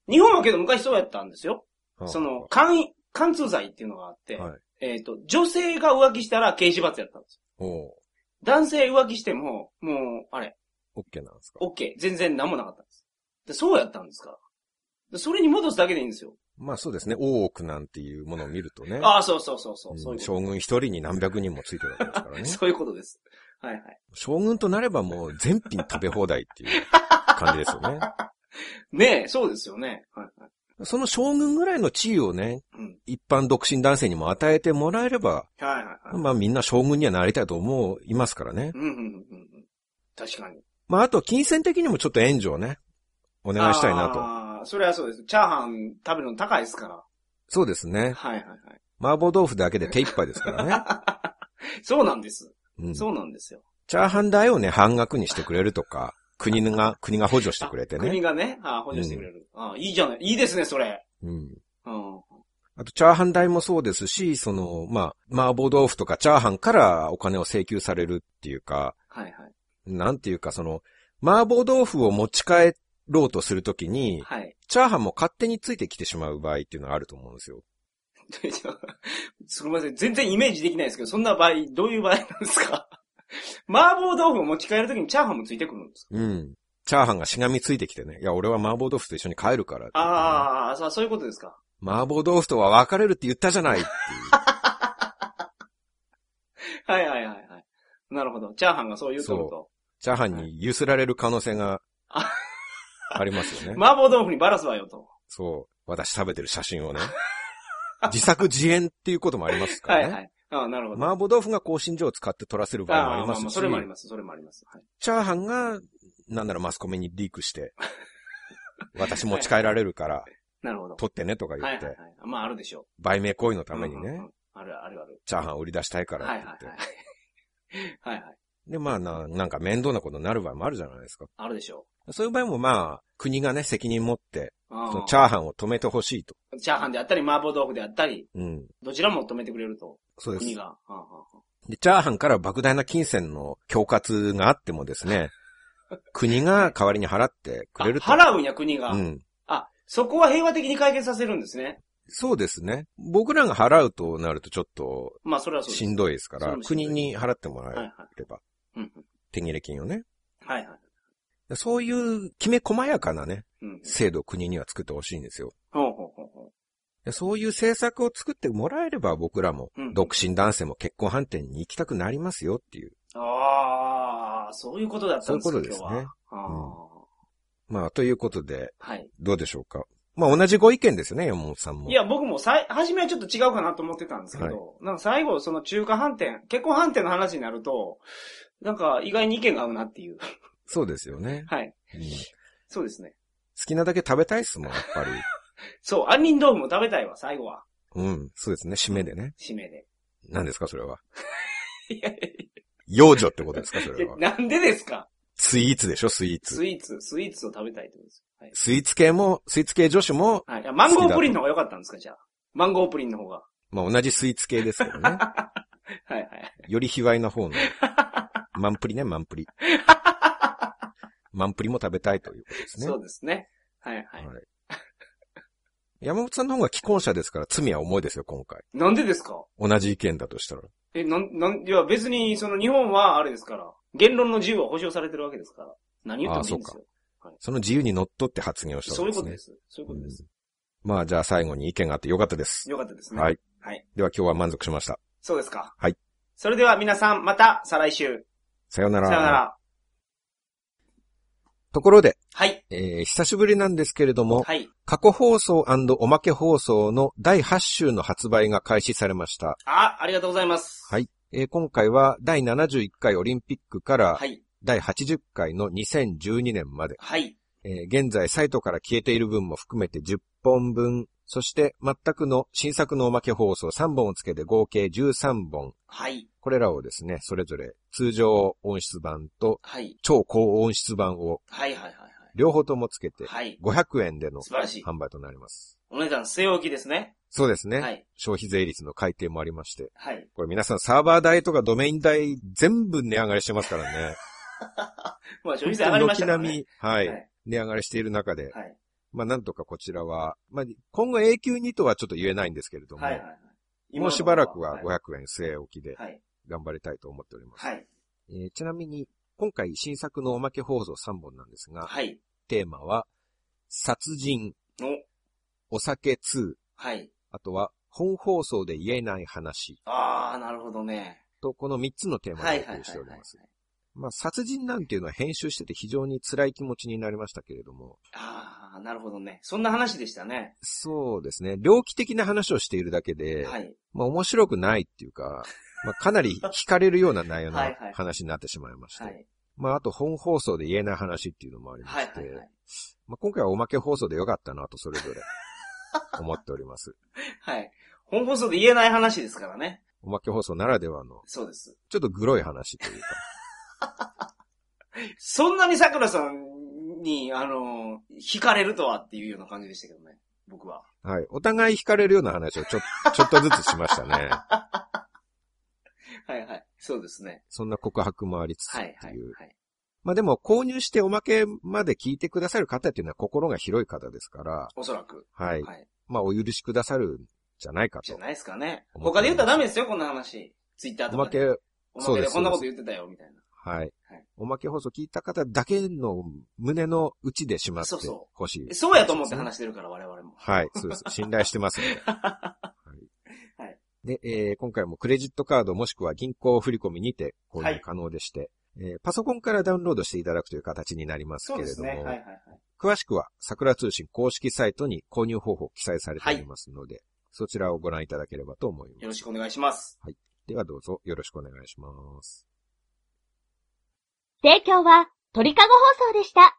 S1: 日本はけど昔そうやったんですよ。
S2: うん
S1: その、、貫、貫通罪っていうのがあって、
S2: はい。
S1: えっ、と、女性が浮気したら刑事罰やったんですよ。
S2: おう
S1: 男性浮気しても、もう、あれ、
S2: オッケーなんですか。
S1: OK、全然何もなかったんです。で、そうやったんですから。でそれに戻すだけでいいんですよ。
S2: まあそうですね、大奥なんていうものを見るとね。
S1: ああ、そうそうそうそうう、
S2: ん
S1: そういうこと
S2: 将軍一人に何百人もついてるわけですから ね。
S1: そういうことです。はいはい。
S2: 将軍となればもう全品食べ放題っていう感じですよ ね。
S1: ねえ、そうですよね。はいはい。
S2: その将軍ぐらいの地位をね、
S1: うん。
S2: 一般独身男性にも与えてもらえれば、
S1: はいはいはい。
S2: まあみんな将軍にはなりたいと思いますからね。
S1: うんうんうんうんうん。確かに。
S2: まああと金銭的にもちょっと援助をね、お
S1: お
S2: 願いしたいなと。
S1: と。それはそうです。チャーハン食べるの高いですから。
S2: そうですね。
S1: はいはいはい。
S2: 麻婆豆腐だけで手一杯ですからね。
S1: そうなんです。
S2: うん。チ
S1: そうなんですよ。
S2: ャーハン代をね、半額にしてくれるとか、国が、国が補助してくれて
S1: 国
S2: ね。
S1: がね、あ補助してくれる。あいいじゃない。いいですね、それ。
S2: うん。
S1: うん。
S2: あと、チャーハン代もそうですし、その、まあ、麻婆豆腐とかチャーハンからお金を請求されるっていうか、
S1: はいはい。
S2: なんていうか、その、麻婆豆腐を持ち帰ろうとするときに、
S1: はい。
S2: チャーハンも勝手についてきてしまう場合っていうのがあると思うんですよ。
S1: すみません。全然イメージできないですけど、そんな場合、どういう場合なんですか 麻婆豆腐を持ち帰るときにチャーハンもついてくるんですか
S2: うん。チャーハンがしがみついてきてね。いや、俺は麻婆豆腐と一緒に帰るからって言ってね、
S1: ああ、そうそういうことですか。
S2: 麻婆豆腐とは別れるって言ったじゃないっていう。
S1: はいはいはいはい。なるほど。チャーハンがそう言うとると。
S2: チャーハンに揺すられる可能性が
S1: あ
S2: ありますよね。
S1: 麻婆豆腐にバラすわよと。
S2: そう。私食べてる写真をね。 自作自演っていうこともありますか
S1: は
S2: ら
S1: い
S2: ね。
S1: はい。ああ、なるほど。
S2: 麻婆豆腐が香辛料を使って取らせる場合もあ
S1: あ
S2: り
S1: ー
S2: ま
S1: あ
S2: す
S1: あ
S2: し、
S1: それもあります。それもあります。はい。
S2: チャーハンが、なんならマスコミにリー クして、私持ち帰られるから、
S1: なるほど。
S2: 取ってねとか
S1: は
S2: 言
S1: い
S2: っ
S1: はいは
S2: て
S1: い、。まああるでしょう。
S2: 売名行為のために
S1: うんうんう
S2: ね
S1: ん、。あるあるある。
S2: チャーハン売り出したいから
S1: は
S2: っ
S1: い
S2: て
S1: はい
S2: 言
S1: は
S2: っ
S1: い
S2: て。。
S1: はい はい。
S2: で、まあな、なんか面倒なことになる場合もあるじゃないですか。
S1: あるでしょ
S2: そういう場合もまあ、国がね、責任持って、
S1: う。
S2: その
S1: うん
S2: チャーハンを止めてほしいと。
S1: チャーハンであったり、麻婆豆腐であったり、
S2: うん。
S1: どちらも止めてくれると。
S2: そうです
S1: 国。が。うんうんうん
S2: で、チャーハンから莫大な金銭の恐喝があってもで すね、国が代わりに払ってく
S1: あ
S2: れると。
S1: 払うんや、国が
S2: う。ん。
S1: あ、そこは平和的に解決させるんですね。
S2: そうですね。僕らが払うとなるとちょっと
S1: まあ、それはそうです。
S2: しんどいですから、
S1: そうです
S2: 国に払ってもら
S1: はいは
S2: え
S1: い。
S2: れば、
S1: うんうん。
S2: 手切れ金をね。
S1: はいはい。
S2: そういうきめ細やかなね、
S1: うん。
S2: 制度を国には作ってほしいんですよ。
S1: ほうほうほうほ
S2: でそういう政策を作ってもらえれば僕らも
S1: うん、
S2: 独身男性も結婚判定に行きたくなりますよっていう。
S1: う。ああ、そういうことだったんですか
S2: そういうことですね
S1: 今日は
S2: まあ、ということで、
S1: あーはい。
S2: どうでしょうか。まあ、同じご意見ですよね、山本さんも。
S1: いや、僕もさい、初めはちょっと違うかなと思ってたんですけど、なんか最後、その中華飯店、結婚飯店の話になると、なんか意外に意見が合うなっていう。
S2: そうですよね、
S1: はい。
S2: うん好
S1: そうですね。
S2: きなだけ食べたいっすもん、やっ ぱり。
S1: そう、杏仁豆腐も食べたいわ、最後は。
S2: うん、そうですね、締めでね。
S1: 締めで。
S2: 何ですか、それは。
S1: いやい
S2: 幼女ってことですか、そ
S1: や
S2: れ
S1: いや
S2: は。
S1: なんでですか
S2: スイーツでしょ、スイーツ。
S1: スイーツ、スイーツを食べたいってことです。はい。
S2: スイーツ系も、スイーツ系女子も、
S1: はいいや、マンゴープリンの方が良かったんですか、じゃあ。マンゴープリンの方が。
S2: まあ、同じスイーツ系ですけど ね。
S1: はいはい。
S2: より卑猥な方の。マンプリね、マンプ リ。マンプリも食べたいということですね。
S1: そうですね。はいはい。
S2: はい山本さんの方が既婚者ですから罪は重いですよ、今回。
S1: なんでですか
S2: 同じ意見だとしたら。
S1: え、なん、なん、いや別に、その日本はあれですから、言論の自由は保障されてるわけですから、何言ってもいいんですよ。
S2: その自由に乗っ取って発言をした
S1: そう
S2: わ
S1: い
S2: け
S1: う
S2: です
S1: こ
S2: ね。
S1: とです。そういうことです。
S2: うんまあ、じゃあ最後に意見があってよかったです。
S1: よかったですね。
S2: はい。
S1: はい。
S2: では今日は満足しました。
S1: そうですか。
S2: はい。
S1: それでは皆さん、また、再来週。さようなら。
S2: ところで、
S1: はい。
S2: えー久しぶりなんですけれども、
S1: はい。
S2: 過去放送おまけ放送の第8週の発売が開始されました。
S1: あ、ありがとうございます。
S2: はいえー今回は第71回オリンピックから
S1: はい。
S2: 第80回の2012年まで、
S1: はい。
S2: えー現在サイトから消えている分も含めて10本分、そして全くの新作のおまけ放送3本をつけて合計13本、
S1: はい。
S2: これらをですね、それぞれ通常音質版と
S1: はい。
S2: 超高音質版を
S1: はい。はい。はい。
S2: 両方ともつけて
S1: はい。
S2: 500円での
S1: 素晴らしい。
S2: 販売となります。
S1: お値段据え置きですね。
S2: そうですね。
S1: はい。
S2: 消費税率の改定もありまして。
S1: はい。
S2: これ皆さんサーバー代とかドメイン代全部値上がりしてますから ね。
S1: まあ、消費税上がりましたから
S2: 軒並
S1: ね。
S2: み、は。
S1: はいい。
S2: 値上がりしている中で、
S1: はい。
S2: まあなんとかこちらは、まあ今後永久にとはちょっと言えないんですけれども、
S1: はい。はい。はい
S2: もうしばらくは
S1: は
S2: 500円据え置きで
S1: い。はい。
S2: 頑張りたいと思っております。
S1: はい。
S2: えーちなみに、今回新作のおまけ放送3本なんですが、
S1: はい。
S2: テーマは、殺人、
S1: お。
S2: お酒2、
S1: はい。
S2: あとは、本放送で言えない話
S1: あー、なるほどね。
S2: と、この3つのテーマ
S1: は
S2: で
S1: い。
S2: お
S1: はい。は
S2: 送
S1: い
S2: りしております。。まあ、殺人なんていうのは編集してて非常に辛い気持ちになりましたけれども、
S1: あー、なるほどね。そんな話でしたね。
S2: そうですね、猟奇的な話をしているだけで、
S1: はい。
S2: まあ面白くないっていうか、まあかなり惹かれるような内容の
S1: はいはい
S2: 話になってしまいまして、
S1: はい。
S2: まあ、あと本放送で言えない話っていうのもありま
S1: はい
S2: し
S1: はいは
S2: て
S1: い、。
S2: まあ、今回はおまけ放送でよかったなとそれぞれ思っており ます。
S1: はい。本放送で言えない話ですからね。
S2: おまけ放送ならではの、
S1: そうです。
S2: ちょっとグロい話というか、
S1: そんなに桜さんに、あの、惹かれるとはっていうような感じでしたけどね。僕は。
S2: はい。お互い惹かれるような話をちょ、ちょ っとずつしましたね。
S1: はいはい。そうですね。
S2: そんな告白もありつつっ
S1: は
S2: てい。
S1: いうはいはい。
S2: まあでも購入しておまけまで聞いてくださる方っていうのは心が広い方ですから、
S1: おそらく。
S2: はい。
S1: はい。
S2: まあお許しくださるんじゃないか
S1: じゃ
S2: と。
S1: ないですかね。
S2: 思って
S1: 他
S2: ます
S1: で言ったらダメですよ、こんな話。ツイッター
S2: お
S1: と
S2: ま
S1: かで。
S2: け、
S1: おまけ
S2: そうで
S1: ですこんなこと言ってたよ、みたい
S2: はい
S1: はい。
S2: おまけ放送聞いた方だけの胸の内でしまって
S1: そうそ
S2: ほしい
S1: な。。そうやと思って話してるから、我々も。
S2: はい、そうです。信頼してますので。はい
S1: はい
S2: で、えー今回もクレジットカードもしくは銀行振込にて購
S1: は
S2: 入
S1: い
S2: 可能でして、えーパソコンからダウンロードしていただくという形になります
S1: そう
S2: けれ
S1: です
S2: ども、
S1: ね。はいはいはい。
S2: 詳しくは桜通信公式サイトに購入方法記載されておりますので、そちらをご覧いただければと思い
S1: よ
S2: ま
S1: ろ
S2: す。
S1: しくお願いします。
S2: ではどうぞよろしくお願いします。
S3: 提供は鳥かご放送でした。